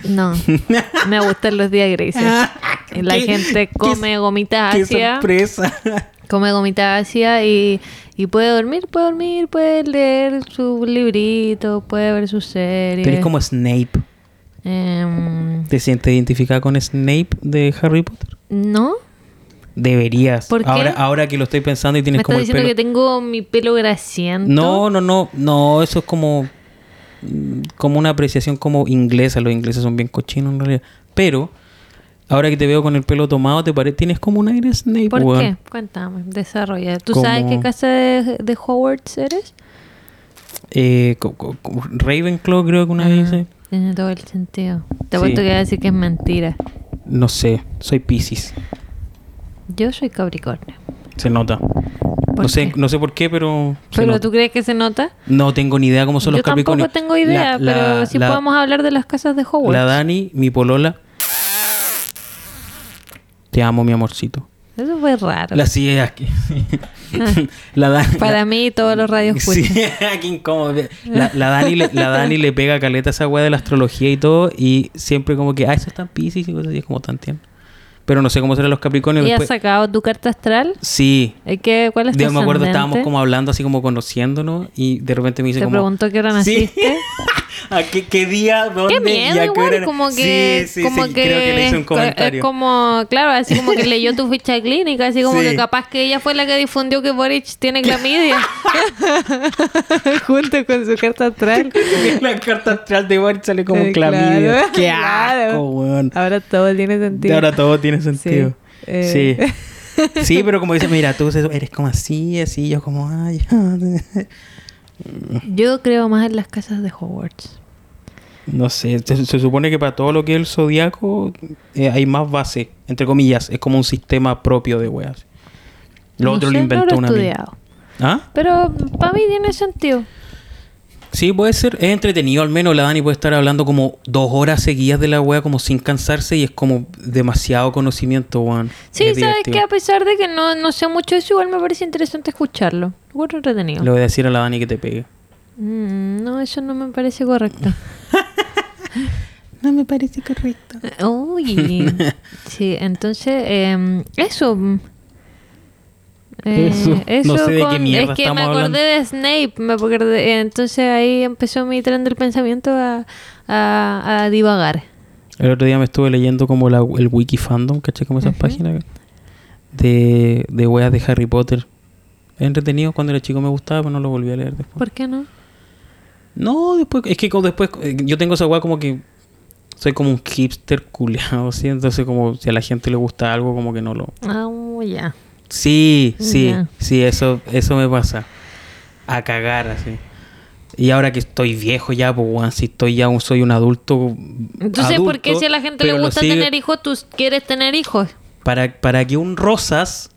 No, me gustan los días grises.
Ah.
La
Qué-
gente
qué-
come gomitas
Qué
ácidas.
sorpresa.
Come gomita ácida y, y puede dormir, puede dormir, puede leer su librito, puede ver su serie.
Tú eres como Snape.
Em,
¿Te sientes identificada con Snape de Harry Potter?
¿No?
Deberías.
¿Por qué?
Ahora, ahora que lo estoy pensando
Me
y tienes
estás
como el
diciendo
pelo.
que tengo mi pelo grasiento.
No, no, no, no, eso es como mm, como una apreciación como inglesa, los ingleses son bien cochinos en realidad, pero ahora que te veo con el pelo tomado, te parece tienes como un aire Snape.
¿Por
weón.
qué? Cuéntame, desarrolla. ¿Tú
Como-
sabes qué casa de, de Hogwarts eres?
Eh, co- co- co- Ravenclaw creo que una vez
Ah.
dice,
Tiene todo el sentido. Te
Sí.
apuesto que voy a decir que es mentira.
no sé, soy Piscis.
Yo soy Capricornio.
Se nota.
¿Por
No sé,
qué?
no sé por qué, pero se
¿Pero
nota.
tú crees que se nota?
no tengo ni idea cómo son
Yo
los Capricornios.
tampoco tengo idea,
La- la-
pero sí
la-
podemos hablar de las casas de Hogwarts.
La Dani, mi polola. Te amo, mi amorcito.
Eso fue raro.
La silla aquí. la Dani.
Para mí todos los radios
Sí,
escuchan.
qué incómodo. La, la Dani le, la Dani le pega caleta a esa weá de la astrología y todo. Y siempre como que, ah, eso es tan piscis y cosas así, es como tan tierno. Pero no sé cómo serán los Capricornios.
¿Y has
Después...
sacado tu carta astral?
Sí.
¿Y qué, ¿Cuál es tu
Yo me acuerdo,
ascendente?
estábamos como hablando, así como conociéndonos. Y de repente me dice
Te
como...
preguntó qué hora
Sí.
naciste.
¿A qué, qué día? ¿Dónde?
Qué miedo,
y a qué
igual,
hora?
como que...
Sí, sí,
como
sí,
que eh,
creo que le hice un
es-
comentario.
Es como, claro, así como que leyó tu ficha clínica, así como
Sí.
que capaz que ella fue la que difundió que Boric tiene clamidia. Junto con su carta astral.
la carta astral de Bart sale como
Eh,
clamidia.
claro.
¡Qué
Claro. Ah,
asco, weón!
Ahora todo tiene sentido.
Ahora todo tiene sentido. Sí.
Eh.
Sí. pero como dice, mira, tú eres como así, así, yo como, ay.
Yo creo más en las casas de Hogwarts.
No sé, se, se supone que para todo lo que es el zodiaco eh, hay más base, entre comillas, es como un sistema propio de weas.
No
Lo otro
sé,
lo
no
inventó
he
una mina.
estudiado.
¿Ah?
Pero para mí tiene sentido.
Sí, puede ser, es entretenido al menos. La Dani puede estar hablando como dos horas seguidas de la wea, como sin cansarse, y es como demasiado conocimiento, weón.
Sí,
Es
sabes
divertido.
que a pesar de que no, no sé mucho de eso, igual me parece interesante escucharlo. Bueno, entretenido.
Le voy a decir a la Dani que te pegue.
Mm, no, eso no me parece correcto.
No me parece correcto.
Uy. sí, entonces, eh, eso. Eh,
Eso. No sé de qué mierda
es que me
estamos
acordé
hablando.
de Snape, me acordé- eh, entonces ahí empezó mi tren del pensamiento a, a, a divagar.
El otro día me estuve leyendo como la- el wiki fandom, ¿cachai? Como esas
Ujú.
páginas de, de weas de Harry Potter. Es entretenido, cuando era chico me gustaba, pero no lo volví a leer después.
¿Por qué no?
No, después, es que como después, eh, yo tengo esa wea como que soy como un hipster culiado, ¿sí? Entonces como si a la gente le gusta algo, como que no lo...
Ah, uh, ya.
Sí, sí,
Ya.
sí, eso, eso me pasa. A cagar, así. Y ahora que estoy viejo ya, pues, weón, si estoy ya, un- soy un adulto.
Entonces, ¿por qué
adulto,
si a la gente
pero
le
lo
gusta
sigue-
tener hijos, tú quieres tener hijos?
Para, para que un Rosas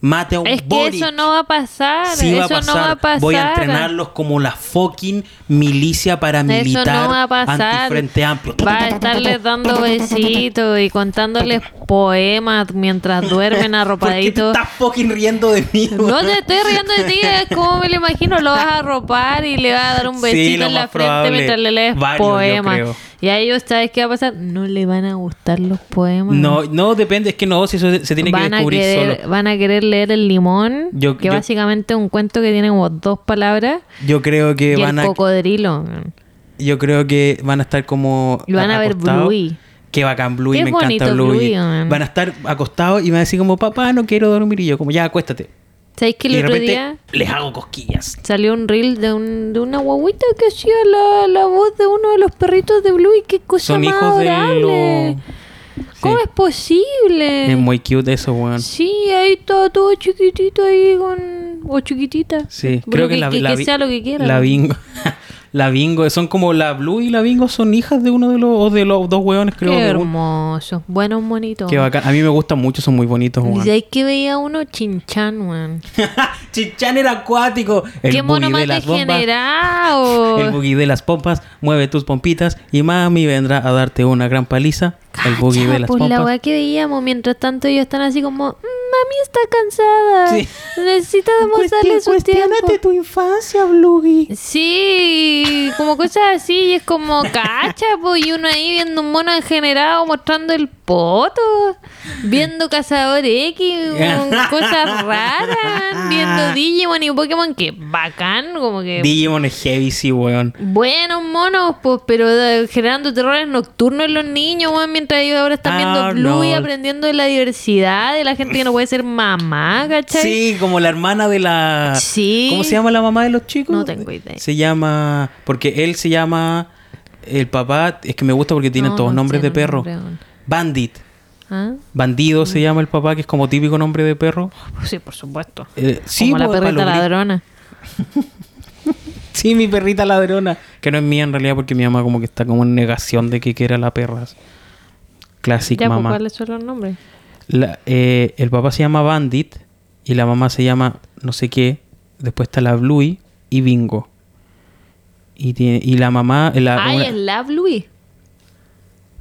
mate a un
Es que
Boric.
eso no va a pasar.
Sí
eso
va a pasar.
no va a pasar.
Voy a entrenarlos como la fucking milicia paramilitar
Eso no va a pasar.
antifrente amplio.
Va a estarles dando besitos y contándoles poemas mientras duermen
¿Por qué te
arropaditos.
estás fucking riendo de mí?
No
weón?
te estoy riendo de ti, es como me lo imagino, lo vas a arropar y le vas a dar un
Sí,
besito
lo
en la
más
frente
probable.
mientras le lees
Varios, yo
poemas.
creo.
Y a ellos, ¿sabes qué va a pasar? No le van a gustar los poemas.
No, no, depende, es que no, si eso se se tiene que
van a,
descubrir
querer,
solo.
van a querer leer El Limón,
Yo-
que
yo-
básicamente es un cuento que tiene como dos palabras,
Yo creo que
y
van
El
a
Cocodrilo.
yo creo que van a estar como
Y van a ver
acostados.
Bluey.
Qué bacán Bluey,
Qué
me encanta
bonito
Bluey.
Bluey, man.
Van a estar acostados y van a decir como, "Papá, no quiero dormir." Y yo como, "Ya, acuéstate."
¿Sabéis que
y
el
de
otro
repente
día
les hago cosquillas.
salió un reel de, un, de una guaguita que hacía la, la voz de uno de los perritos de Bluey? ¡Qué cosa
Son
más
hijos de
adorable!
los
¿Cómo
Sí.
es posible?
Es muy cute eso, weón.
Sí, ahí está todo chiquitito ahí con... O chiquitita.
Sí,
Pero
creo que, la, la
que
vi-
sea lo que quiera.
La bingo. la bingo, son como la Blue y la bingo son hijas de uno de los o de los dos weones,
Qué
creo. de un-
hermoso. Buenos monitos.
Qué bacán. A mí me gustan mucho, son muy bonitos,
Y
weón.
ahí que veía uno chinchan, weón.
Chichán era acuático. El
Qué mono
boogie
más
de las bombas.
degenerado.
El boogie de las pompas, mueve tus pompitas y mami vendrá a darte una gran paliza. el boogie
Cacha,
de las
por Ah, pues, la
pompas.
weá que veíamos. Mientras tanto ellos están así como... "Mm, Mami está cansada.
Sí.
Necesita demostrarle su tiempo.
tu infancia, Bluey.
Sí, como cosas así, y es como cacha, po, y uno ahí viendo un mono degenerado mostrando el poto, viendo Cazador X, un- cosas raras, viendo Digimon y Pokémon, que bacán, como que
Digimon es heavy, sí, weón.
buenos monos, pues, pero eh, generando terrores nocturnos en los niños, weón, mientras ellos ahora están
Ah,
viendo Blue y
no.
aprendiendo de la diversidad de la gente que no puede ser mamá, ¿cachai?
Sí, como la hermana de la.
Sí.
¿Cómo se llama la mamá de los chicos?
No tengo idea.
Se llama. Porque él se llama. El papá. Es que me gusta porque tienen
No,
todos
no
nombres
sé,
de
no,
perro.
no, no.
Bandit.
¿Ah?
Bandido se llama el papá, que es como típico nombre de perro.
Sí, por supuesto.
Eh, sí,
como la
po, para
perrita
los gringos.
ladrona.
Sí, mi perrita ladrona. Que no es mía en realidad porque mi mamá como que está como en negación de que quiera la perra. Classic
Ya, pues,
mamá.
¿cuáles son los nombres?
La- eh, el papá se llama Bandit y la mamá se llama no sé qué. Después está la Bluey y Bingo. Y, tiene- y la mamá... eh, la-
Ay,
una-
es la Bluey.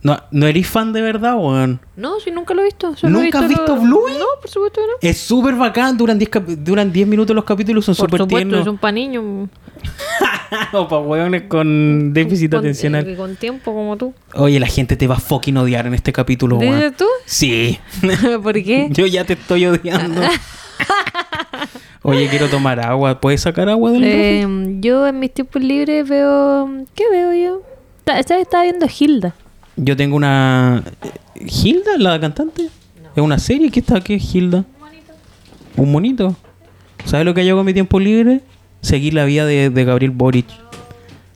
no, ¿no eres fan de verdad, weón?
No, si nunca lo he visto. solo he
¿Nunca has
lo-
visto Bluey?
No, por supuesto que no.
Es súper bacán. Duran 10 cap- duran 10 minutos los capítulos. Son
Por
súper
supuesto,
tiernos.
es un paniño.
o para weones con déficit
con,
atencional.
eh, con tiempo como tú.
Oye, la gente te va a fucking odiar en este capítulo,
¿Dices
weón.
tú?
Sí.
¿Por qué?
Yo ya te estoy odiando. Oye, quiero tomar agua. ¿Puedes sacar agua del refri?
Eh, yo en mis tiempos libres veo... ¿Qué veo yo? Ta- ¿Sabes? Estaba viendo Hilda.
Yo tengo una... eh, ¿Hilda, la cantante? ¿Es una serie? ¿Qué está? ¿Qué es Hilda? Un monito. ¿Sabes lo que hago con mi tiempo libre? Seguir la vida de, de Gabriel Boric.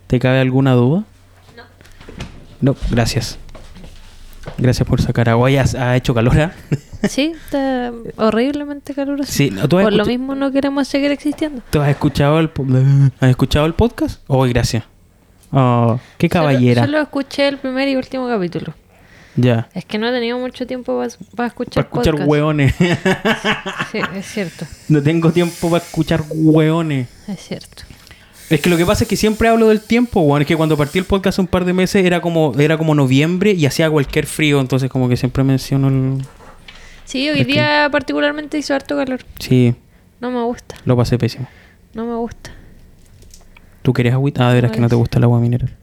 ¿Te cabe alguna duda? No. No, gracias. Gracias por sacar agua. Oye, ha ha hecho calor, ¿ah?
Sí, está horriblemente caluroso.
Sí, no, tú has
por lo
escuchado-
mismo no queremos seguir existiendo.
¿Tú has escuchado el, po- ¿has escuchado el podcast? Oh, gracias. Oh, qué caballera.
Solo, solo escuché el primer y último capítulo.
Ya.
Es que no he tenido mucho tiempo para
Para
escuchar
escuchar
podcast.
hueones.
Sí, es cierto,
no tengo tiempo para escuchar hueones.
es cierto.
Es que lo que pasa es que siempre hablo del tiempo, weón. Es que cuando partí el podcast hace un par de meses era como, era como noviembre y hacía cualquier frío. Entonces como que siempre menciono el...
Sí, hoy día particularmente hizo harto calor.
Sí,
No me gusta,
lo pasé pésimo.
no me gusta.
¿Tú querés agüita? Ah, de veras que no te gusta el agua mineral.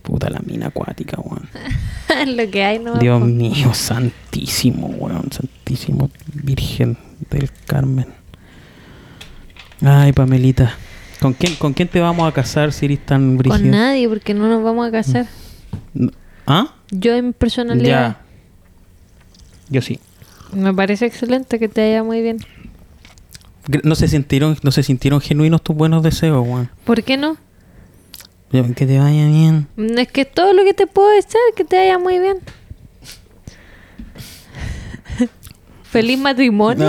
Puta la mina acuática, weón.
Lo que hay, no
Dios mío, santísimo, weón. Santísimo Virgen del Carmen. Ay, Pamelita. ¿Con quién, ¿Con quién te vamos a casar si eres tan
Con
brígida?
nadie, porque no nos vamos a casar.
N- ¿Ah?
Yo en personalidad
Mm. Ya. Yo sí.
me parece excelente que te haya muy bien.
Gr- No se sintieron, no se sintieron genuinos tus buenos deseos, weón.
¿Por qué no?
Yo- Que te vaya bien.
Mm, Es que todo lo que te puedo desear que te haya muy bien. Feliz matrimonio.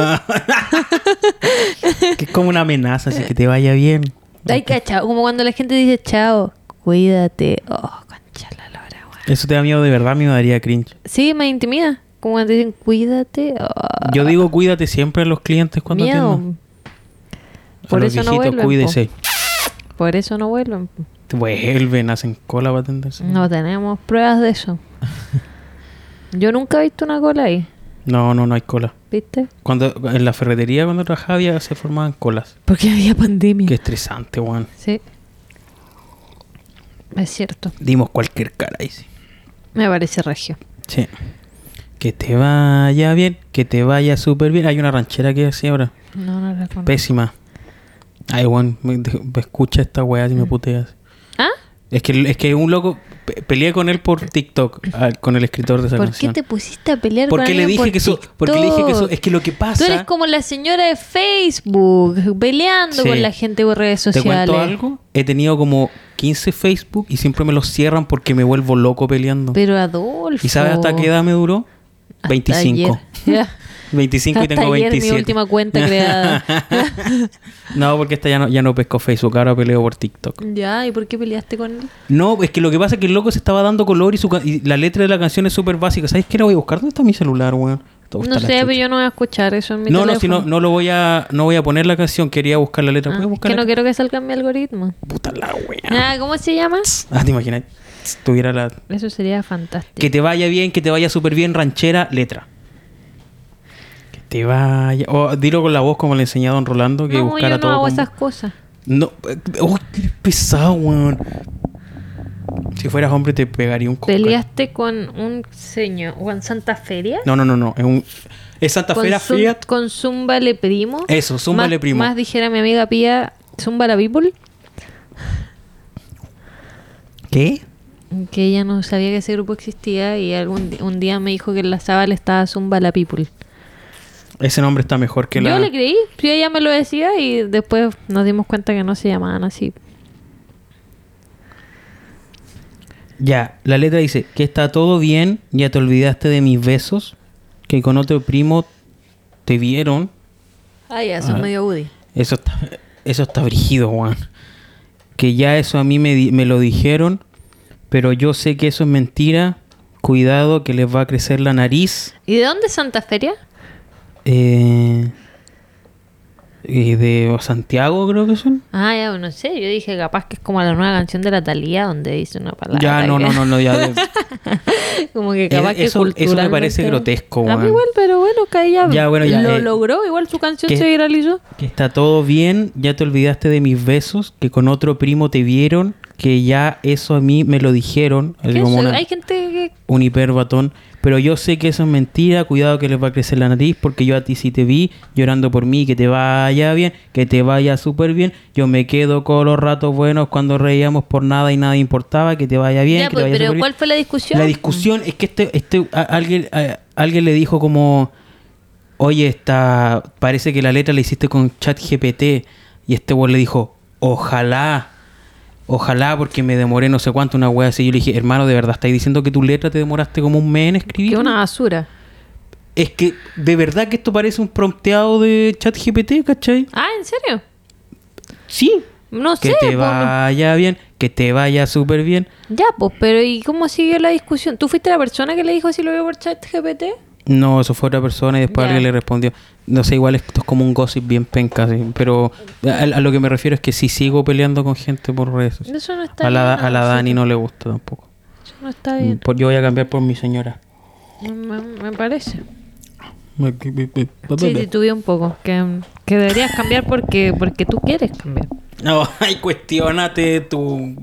que es como una amenaza, así que te vaya bien.
Ay, cachao. Como cuando la gente dice chao, cuídate. Oh, concha la lora, weón.
Eso te da miedo de verdad, a mí me daría cringe.
Sí, me intimida. Como cuando dicen cuídate. oh,
Yo digo cuídate siempre a los clientes cuando
miedo.
atiendo. A
Por
los
eso no
viejitos,
vuelven. po.
cuídese.
Por eso no vuelven. po.
Vuelven, hacen cola para atenderse.
No tenemos pruebas de eso. Yo nunca he visto una cola ahí,
no, no, no hay cola.
¿viste?
Cuando en la ferretería cuando trabajaba había- se formaban colas.
Porque había pandemia.
Qué estresante, weón.
Sí. Es cierto.
Dimos cualquier cara ahí. Sí.
Me parece regio.
Sí. Que te vaya bien, que te vaya súper bien. Hay una ranchera que así ahora.
No, no la conozco.
Pésima. Ay, weón, me, me escucha esta weá y me puteas.
¿Ah?
Es que, es que un loco pe- peleé con él por TikTok, ah, con el escritor de esa
¿Por qué
canción.
te pusiste a pelear con
porque le
alguien
dije
por
que eso, porque le dije que eso,
TikTok?
es que lo que
Tú
pasa.
eres como la señora de Facebook, peleando
Sí.
con la gente por redes
¿Te
sociales.
cuento algo? He tenido como 15 Facebook y siempre me los cierran porque me vuelvo loco peleando.
Pero Adolfo.
¿Y sabes hasta qué edad me duró?
Hasta
25.
ayer. Ya.
25 y
Hasta
tengo
ayer mi
27.
última cuenta creada.
no, porque esta ya no, ya no pesco Facebook, ahora peleo por TikTok.
Ya, ¿y por qué peleaste con él?
No, es que lo que pasa es que el loco se estaba dando color y, su, ca- y la letra de la canción es súper básica. ¿Sabes qué? La voy a buscar. ¿Dónde está mi celular, weón? Todo
No
está la
sé, pero
chucha.
yo no voy a escuchar eso en mi
No, no,
teléfono.
si no, no lo voy a, no voy a poner la canción. Quería buscar la letra.
Ah,
¿Puedes
es
buscar
que
la
no quiero que salga mi algoritmo.
Puta la weá.
Ah, ¿Cómo se llama?
Ah, te imaginas. Tuviera la...
Eso sería fantástico.
Que te vaya bien, que te vaya súper bien, ranchera, letra. Que te vaya... O dilo con la voz como le enseñé a Don Rolando que
No, yo
buscara
no
todo
hago
con-
esas cosas.
No, eh, oh, qué pesado, weón. Si fueras hombre te pegaría un coca.
Peleaste con un señor, con Santa Feria.
No, no, no, no. Es, un... es Santa
con
Fera
Zum-
Fiat.
Con Zumba Le Primo.
Eso, Zumba
Más-
Le Primo.
Más dijera mi amiga Pía, Zumba la People,
¿Qué?
que ella no sabía que ese grupo existía y algún di- un día me dijo que en la sábala estaba Zumba la People.
Ese nombre está mejor que la...
Yo le creí, sí, ella me lo decía y después nos dimos cuenta que no se llamaban así.
Ya, la letra dice que está todo bien, ya te olvidaste de mis besos, que con otro primo te vieron.
Ah, ya, son
Ah.
medio Woody.
Eso está, eso está brígido, Juan. Que ya eso a mí me, di- me lo dijeron, pero yo sé que eso es mentira. Cuidado que les va a crecer la nariz.
¿Y de dónde es Santa Feria?
Eh, y de Santiago creo que son.
Ah, ya, no sé, yo dije capaz que es como la nueva canción de la Thalía donde dice una palabra.
ya, no,
que-
no, no, no, ya. de-
Como que capaz
Eh,
que
eso- eso me
culturalmente-
parece grotesco,
A
weón.
mí igual, pero bueno, que ahí ya,
Ya, bueno, ya,
lo
eh,
logró. Igual su canción
que-
se viralizó.
que está todo bien, ya te olvidaste de mis besos, que con otro primo te vieron, que ya eso a mí me lo dijeron. así
¿Qué
como
es?
una-
Hay gente que...
un hiperbatón. Pero yo sé que eso es mentira, cuidado que les va a crecer la nariz, porque yo a ti sí te vi llorando por mí, que te vaya bien, que te vaya súper bien. Yo me quedo con los ratos buenos cuando reíamos por nada y nada importaba, que te vaya bien.
Ya,
que
pues,
te vaya
pero
súper bien.
¿cuál fue la discusión?
La discusión es que este, este a- alguien, a- alguien le dijo como, oye, está, parece que la letra la hiciste con chat GPT. Y este weón le dijo, ojalá, ojalá, porque me demoré no sé cuánto, una wea así. Yo le dije, hermano, de verdad, estáis diciendo que tu letra te demoraste como un mes en escribir.
Que una basura.
Es que, de verdad que esto parece un prompteado de chat GPT, ¿cachai?
Ah, ¿en serio?
Sí.
No
Que
sé.
te
pues,
vaya bien, que te vaya súper bien.
no- Ya, pues, pero ¿y cómo sigue la discusión? ¿Tú fuiste la persona que le dijo si lo vio por chat GPT?
No, eso fue otra persona y después
Ya.
alguien le respondió. No sé, igual esto es como un gossip bien penca, sí, pero a, a lo que me refiero es que sí sigo peleando con gente por redes sociales.
Eso no está
A la,
bien,
a la
no sé.
Dani no le gusta tampoco.
Eso no está bien.
Por- yo voy a cambiar por mi señora. Mm.
Me, me parece. Sí, sí, tuve un poco. Que, que deberías cambiar porque, porque tú quieres cambiar.
No, ay, cuestionate tu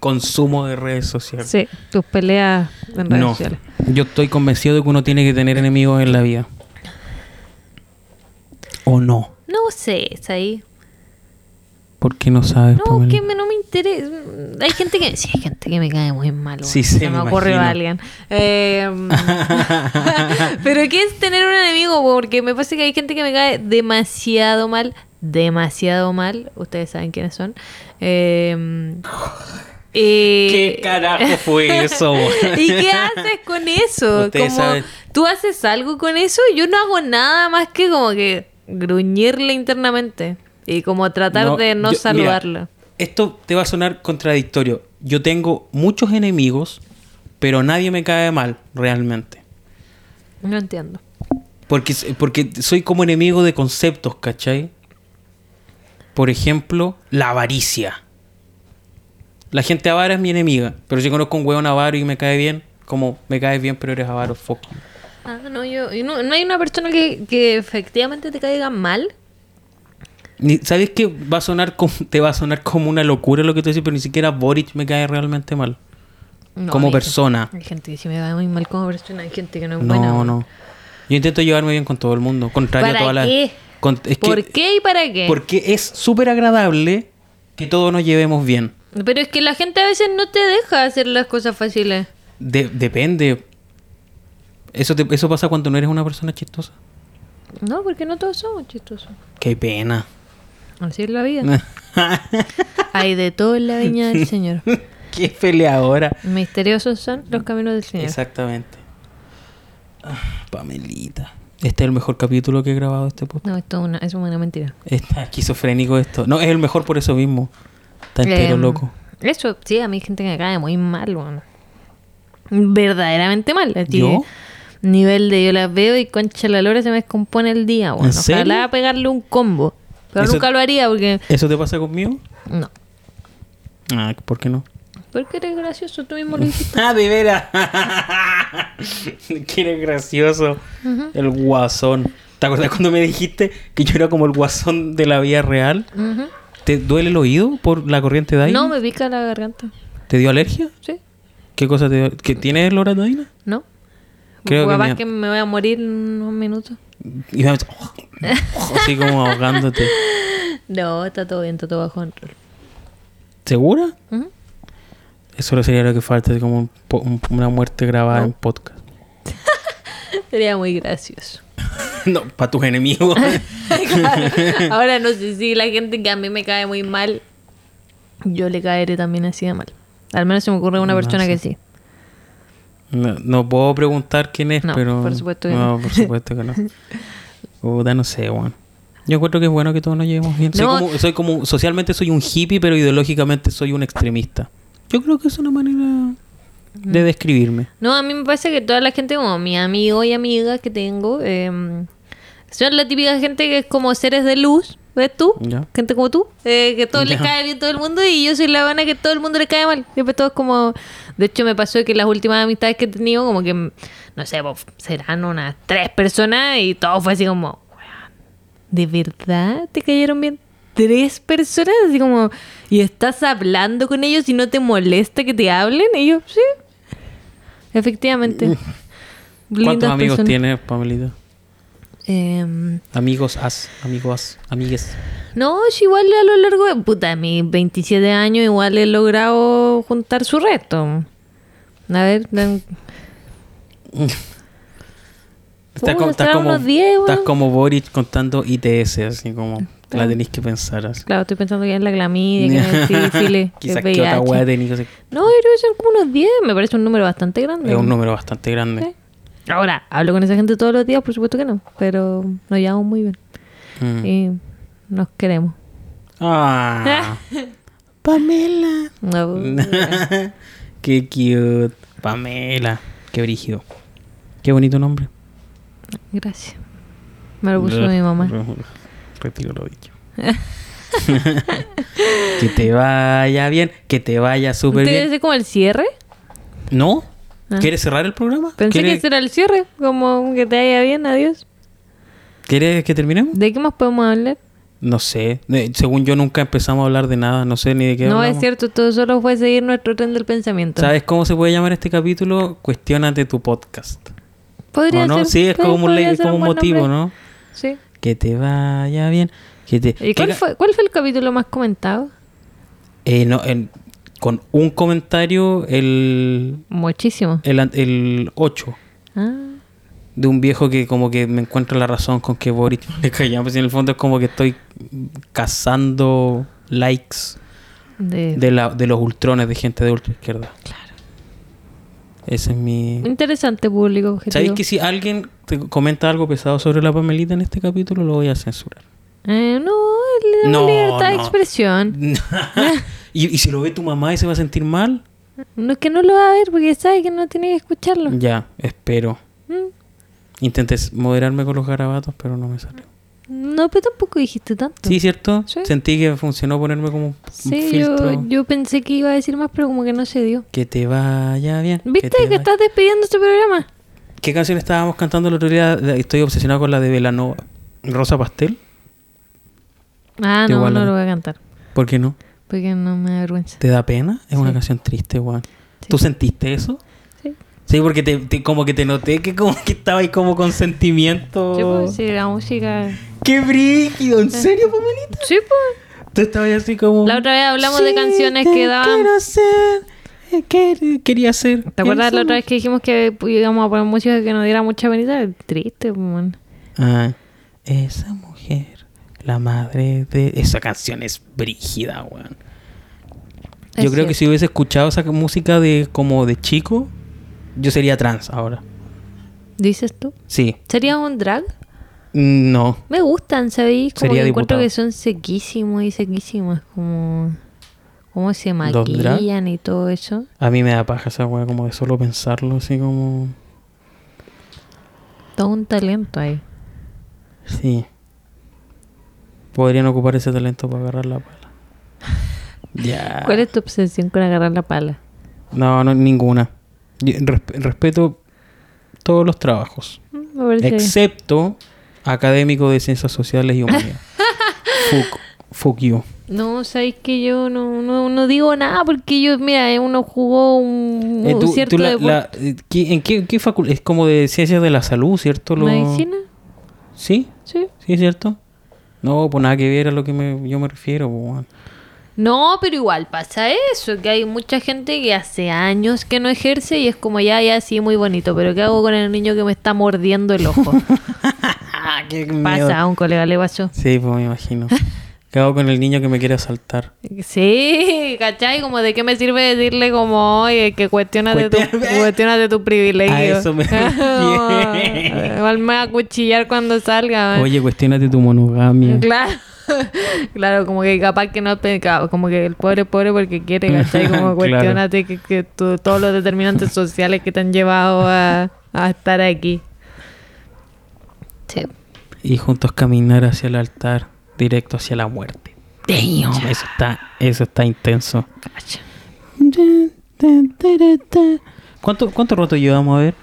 consumo de redes sociales.
Sí, tus peleas en redes
No,
sociales.
yo estoy convencido de que uno tiene que tener enemigos en la vida. ¿O no?
No sé, es ahí.
¿Por qué no sabes,
No,
Pamela?
que me- no me interesa. Hay gente que. Sí, hay gente que me cae muy mal. weón.
Sí, sí,
Se me,
me
ocurrió
imagino.
alguien. Eh, pero ¿qué es tener un enemigo? Porque me parece que hay gente que me cae demasiado mal. Demasiado mal. Ustedes saben quiénes son. Eh, eh,
¿Qué carajo fue eso?
¿Y qué haces con eso?
Ustedes
Como,
saben.
¿Tú haces algo con eso? Yo no hago nada más que como que gruñirle internamente y como tratar de no
yo- mira,
saludarlo.
esto te va a sonar contradictorio. Yo tengo muchos enemigos, pero nadie me cae mal, realmente.
No entiendo.
Porque, porque soy como enemigo de conceptos, ¿cachai? Por ejemplo, la avaricia. La gente avara es mi enemiga, pero si conozco un hueón avaro y me cae bien, como me caes bien, pero eres avaro, fuck. you.
Ah, no, yo, y no, no hay una persona que, que efectivamente te caiga mal.
Ni- ¿Sabes qué? Va a sonar como- te va a sonar como una locura lo que te decís, pero ni siquiera Boric me cae realmente mal.
No,
como
hay-
persona.
Hay gente que sí me cae muy mal como persona, hay gente que no es
No,
buena.
no. Yo intento llevarme bien con todo el mundo, contrario
¿Para
a todas las...
qué?
con- es que-
¿Por qué y para qué?
Porque es súper agradable que todos nos llevemos bien.
Pero es que la gente a veces no te deja hacer las cosas fáciles.
De- depende. Eso, te- eso pasa cuando no eres una persona chistosa.
No, porque no todos somos chistosos.
Qué pena.
Así es la vida. Hay de todo en la viña del Señor.
Qué peleadora.
Misteriosos son los caminos del Señor.
Exactamente. Ah, Pamelita. Este es el mejor capítulo que he grabado de este podcast.
No, esto es una, es una mentira.
Está esquizofrénico esto. No, es el mejor por eso mismo. Está entero
Em,
loco.
Eso, sí, a mí hay gente que me cae muy mal, bueno. Verdaderamente mal. así
¿Yo?
que Nivel de yo las veo y concha la lora se me descompone el día, bueno.
¿En serio?
Ojalá pegarle un combo. Pero
Eso-
nunca lo haría porque.
¿Eso te pasa conmigo?
No.
Ah, ¿por qué no?
Porque eres gracioso, tú mismo lo hiciste.
Ah, de veras. Quién es gracioso. El guasón. ¿Te acuerdas cuando me dijiste que yo era como el guasón de la vida real?
Ujú.
¿Te duele el oído por la corriente de aire?
No, me pica la garganta.
¿Te dio alergia?
¿Sí?
¿Qué cosa te dio? ¿Que tienes loratadina?
¿No?
Creo que
Capaz
me-
que me voy a morir en unos minutos.
Y me oh, así como ahogándote.
No, está todo bien, está todo bajo control.
¿Segura?
Ujú.
Eso no sería lo que falta, es como un po- un- una muerte grabada en podcast.
Sería muy gracioso.
no, para tus enemigos.
Claro. Ahora no sé si la gente que a mí me cae muy mal, yo le caeré también así de mal. Al menos se me ocurre una
No
persona que sí.
No, no puedo preguntar quién es,
No,
pero.
por supuesto que
no.
no.
por supuesto que no. Puta, no sé, weón. Yo encuentro que es bueno que todos nos llevemos bien. Soy,
No.
como, soy como- Socialmente soy un hippie, pero ideológicamente soy un extremista. Yo creo que es una
Mm.
manera de describirme.
No, a mí me parece que toda la gente, como mi amigo y amiga que tengo, eh, son la típica gente que es como seres de luz, ¿ves tú?
Ya.
Gente como tú, eh, que todo le
Ya.
cae bien a todo el mundo y yo soy la vana que todo el mundo le cae mal. Siempre todo es como... De hecho, me pasó que las últimas amistades que he tenido, como que, no sé, pues, serán unas tres personas y todo fue así como, ¿De verdad te cayeron bien tres personas? Así como, ¿y estás hablando con ellos y no te molesta que te hablen? Y yo, sí. Efectivamente.
¿Cuántos
Lindas
amigos
personas.
tienes, Pamelita?
Em,
Amigos, as, amigos, as, amigues.
no, sí, igual a lo largo de. Puta, a mis 27 años igual he logrado juntar su resto. A ver, dan-
Estás,
Uh,
como- estás
serán
como,
unos diez,
estás
weón.
como Boric contando ITS, así como te la tenéis que pensar. Así.
claro, estoy pensando que es la glamidia, que es sífilis, que es
Quizás que otra
VIH.
weá técnica se-
No, yo creo que son como unos 10, me parece un número bastante grande.
es un número bastante grande.
Mm. Sí. Ahora, hablo con esa gente todos los días, por supuesto que no, pero nos llevamos muy bien
Mm.
y nos queremos.
Ah. Pamela.
No,
Qué cute. Pamela. Qué brígido. Qué bonito nombre.
gracias. Me lo puso mi mamá.
Retiro lo dicho. que te vaya bien, que te vaya súper
¿Usted
bien.
ese como el cierre?
¿No?
Ah.
¿Quieres cerrar el programa?
Pensé que
¿Quieres,
ese era el cierre, como que te haya bien, adiós.
¿Quieres que terminemos?
¿De qué más podemos hablar?
No sé, eh, según yo nunca empezamos a hablar de nada, no sé ni de qué
No,
hablamos.
es cierto, todo solo fue seguir nuestro tren del pensamiento.
¿Sabes cómo se puede llamar este capítulo? Cuestiónate tu podcast.
Podría
¿O no?
ser-
Sí, es como un,
podría
ley-
ser
como un
buen
motivo,
nombre.
¿no?
Sí.
Que te vaya bien. Que te...
¿Y
que-
cuál fue, cuál fue el capítulo más comentado?
Eh, no, en- con un comentario, el,
Muchísimo.
el, an- el 8.
Ah.
De un viejo que como que me encuentra la razón con que Boris no le callamos. Y en el fondo es como que estoy cazando likes
De...
de, la, de los ultrones de gente de ultra izquierda. Claro. Ese es mi...
Interesante público objetivo.
¿Sabéis que si alguien te comenta algo pesado sobre la Pamelita en este capítulo, lo voy a censurar?
Eh, no, le da
No,
libertad de
no.
expresión.
¿Y, y si lo ve tu mamá y se va a sentir mal?
No es que no lo va a ver porque sabe que no tiene que escucharlo.
Ya, espero.
Mm.
Intenté moderarme con los garabatos, pero no me salió.
No, pero tampoco dijiste tanto.
Sí, ¿cierto?
Sí.
Sentí que funcionó ponerme como un un
Sí,
filtro.
yo, yo pensé que iba a decir más, pero como que no se dio.
Que te vaya bien.
¿Viste
te
que,
vaya-
estás despidiendo este programa?
¿Qué canción estábamos cantando el otro día? De- Estoy obsesionado con la de Velanova. ¿Rosa Pastel?
Ah,
Te
no, no
igualan.
lo voy a cantar.
¿Por qué no?
Porque no me da vergüenza.
¿Te da pena? Es una
Sí.
canción triste, Juan.
Sí.
¿Tú sentiste eso?
Sí.
Sí, porque te, te- como que te noté que como que estaba ahí como con sentimiento.
Sí, pues, sí, la música.
¡Qué brígido! ¿En serio, Pamelita?
Sí, pues.
Tú estabas así como...
La otra vez hablamos de canciones
te
que daban-
quiero ser, eh, quer- quería ser.
¿Te acuerdas
Eso.
la otra vez que dijimos que íbamos a poner música que nos diera mucha penita? Triste, pues, man.
Ah, esa mujer, la madre de... Esa canción es brígida, weón. Yo
Es
creo que
cierto.
si hubiese escuchado esa música de como de chico, yo sería trans ahora.
¿Dices tú?
Sí.
¿Sería un drag?
No.
Me gustan, ¿sabéis? Como
Sería
que encuentro
diputado.
que son sequísimos y sequísimas. Como. ¿Cómo se
¿Los drag?
maquillan y todo eso?
A mí me da paja esa weá, como de solo pensarlo, así como...
Todo un talento ahí.
Sí. Podrían ocupar ese talento para agarrar la pala. Ya.
¿Cuál es tu obsesión con agarrar la pala?
No, no, ninguna. Yo resp- respeto todos los trabajos.
Mm, Me parece.
Excepto académico de ciencias sociales y humanidades. fuck, fuck
Uh,
you.
No, sabéis que yo no, no, no digo nada porque yo, mira, eh, uno jugó un,
Eh,
un
tú- tú
cierto
la-
deporte.
la- eh, ¿qué- ¿En qué, qué facultad? Es como de ciencias de la salud, ¿cierto? Lo-
¿Medicina?
¿Sí?
Sí.
¿Sí, cierto? No, pues nada que ver a lo que me- yo me refiero. pues, weón.
No, pero igual pasa eso, que hay mucha gente que hace años que no ejerce y es como ya, ya, sí, muy bonito, pero ¿qué hago con el niño que me está mordiendo el ojo?
qué
Ah, Pasa, a un colega le pasó.
Sí, pues me imagino. ¿Qué hago con el niño que me quiere asaltar?
Sí, ¿cachai? Como de qué me sirve decirle como, oye, que cuestionas de tu,
Cuestiona-
cuestiona de tu privilegio.
A eso me refiero.
Igual me va a cuchillar cuando salga. man.
Oye, cuestionate tu monogamia.
Claro. Claro, como que capaz que no pe- ca- como que el pobre es pobre porque quiere, ¿cachai? Como
Claro.
cuestionate que, que tú- todos los determinantes sociales que te han llevado a, a estar aquí. Sí.
Y juntos caminar hacia el altar, directo hacia la muerte. Damn, eso está, eso está intenso.
Cacha.
¿Cuánto, cuánto rato llevamos a ver?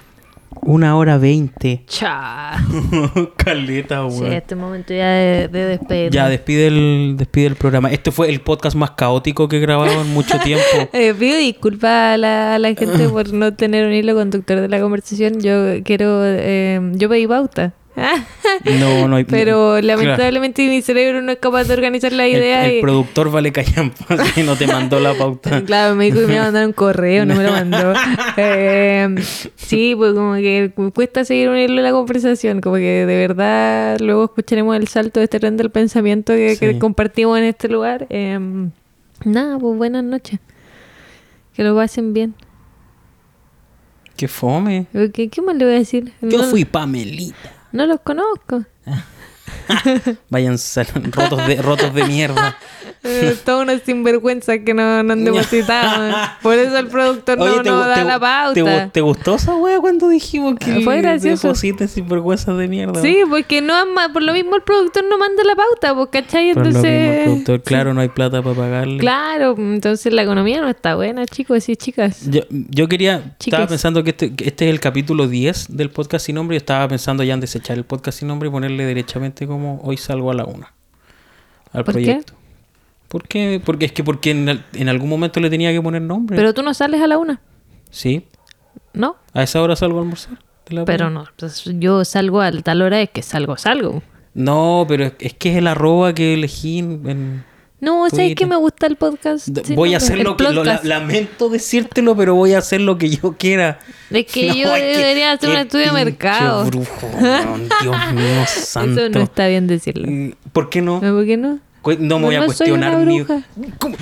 Una hora veinte.
Cha.
Caleta,
Sí,
weón.
este momento ya de, de despedirnos.
Ya, despide el, despide el programa. Este fue el podcast más caótico que he grabado en mucho tiempo.
Eh, pido disculpas a la, a la gente por no tener un hilo conductor de la conversación. Yo quiero. eh, yo pedí pauta.
No, no hay
Pero
claro.
lamentablemente mi cerebro no es capaz de organizar la
El,
idea.
el
y-
productor vale callampa, así no te mandó la pauta.
Claro, me dijo que me iba a mandar un correo, no me lo mandó. Eh, sí, pues como que cu- cuesta seguir un hilo en la conversación, como que de verdad luego escucharemos el salto de este tren del pensamiento que, que
Sí.
compartimos en este lugar. Eh, nada, pues buenas noches. Que lo pasen bien.
Qué fome.
¿Qué, qué más le voy a decir?
Yo
no,
fui Pamelita.
no los conozco.
Vayan sal- rotos de, rotos de mierda.
Eh, todos unos sinvergüenzas que no, no han depositado. Por eso el productor no,
Oye,
no
gu-
da
gu-
la pauta.
Te, gu- te gustó esa wea cuando dijimos que
Ah, fue gracioso.
deposites sinvergüenzas de mierda?
Sí, porque no han ma- por lo mismo el productor no manda la pauta, pues, ¿cachai?
Por lo
Entonces,
mismo, el productor, claro, no hay plata para pagarle.
claro, entonces la economía no está buena, chicos y chicas.
Yo, yo quería,
Chicas.
estaba pensando que este, que este es el capítulo 10 del podcast sin nombre. Yo estaba pensando ya en desechar el podcast sin nombre y ponerle derechamente como hoy salgo a la una. al
¿Por qué?
proyecto. ¿Por qué? Porque es que porque en, al- en algún momento le tenía que poner nombre.
Pero tú no sales a la una,
Sí.
¿no?
A esa hora salgo a almorzar. te la
Pero
pongo.
no, pues, yo salgo a tal hora es que salgo, salgo.
No, pero es, es que es el arroba que elegí en- en-
No, ¿sabes
Twitter.
que me gusta el podcast?
D-
Sí,
voy
no,
a hacer
el
lo que... lo- la-
podcast.
lamento decírtelo, pero voy a hacer lo que yo quiera.
Es que yo
es que-
debería hacer un
qué
estudio de
pinche
mercado.
brujo, weón, Dios mío santo. Mm,
Eso no está bien decirlo.
¿Por qué no?
¿No, ¿Por qué no?
Cu- No me voy a
No soy una
cuestionar mi...
bruja.
¿Cómo?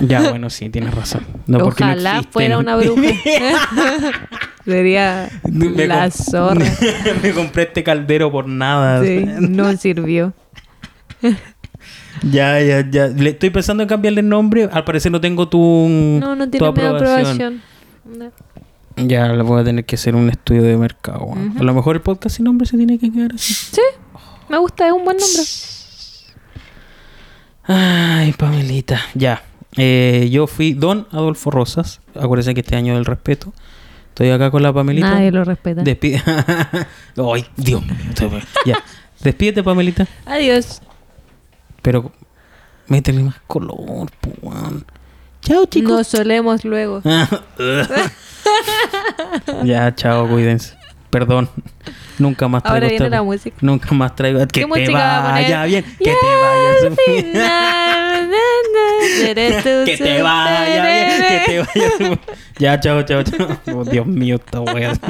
Ya, bueno, sí, tienes razón. No, porque no
Ojalá
existe,
fuera
no.
una bruja. Sería
Me
la
comp-
zorra.
me compré este caldero por nada.
Sí, no sirvió.
Ya, ya, ya. Le estoy pensando en cambiarle el nombre. Al parecer no tengo tu,
No, no
Mm, tu
tiene mi aprobación. No.
Ya, le voy a tener que hacer un estudio de mercado. weón. A lo mejor el podcast sin nombre se tiene que quedar así.
Sí, me gusta, es un buen nombre.
Ay, Pamelita. Ya. Eh, yo fui Don Adolfo Rosas. Acuérdense que este año del respeto. Estoy acá con la Pamelita.
Nadie lo respeta.
Despide. Ay, Dios mío. Ya. Despídete, Pamelita.
Adiós.
Pero métele más color, po, weón. Chao, chicos.
Nos solemos luego.
ya, chao, cuídense. Perdón. Nunca más traigo este
Ahora viene
esta-
la música.
Nunca más traigo. Que
¿Qué
te
música va a poner?
vaya bien. Que
Y
te
al
vaya
final,
Sofía.
na, na, na,
Que te vaya bien. Que te vaya Ya, chao, chao, chao. Oh, Dios mío, esta wea.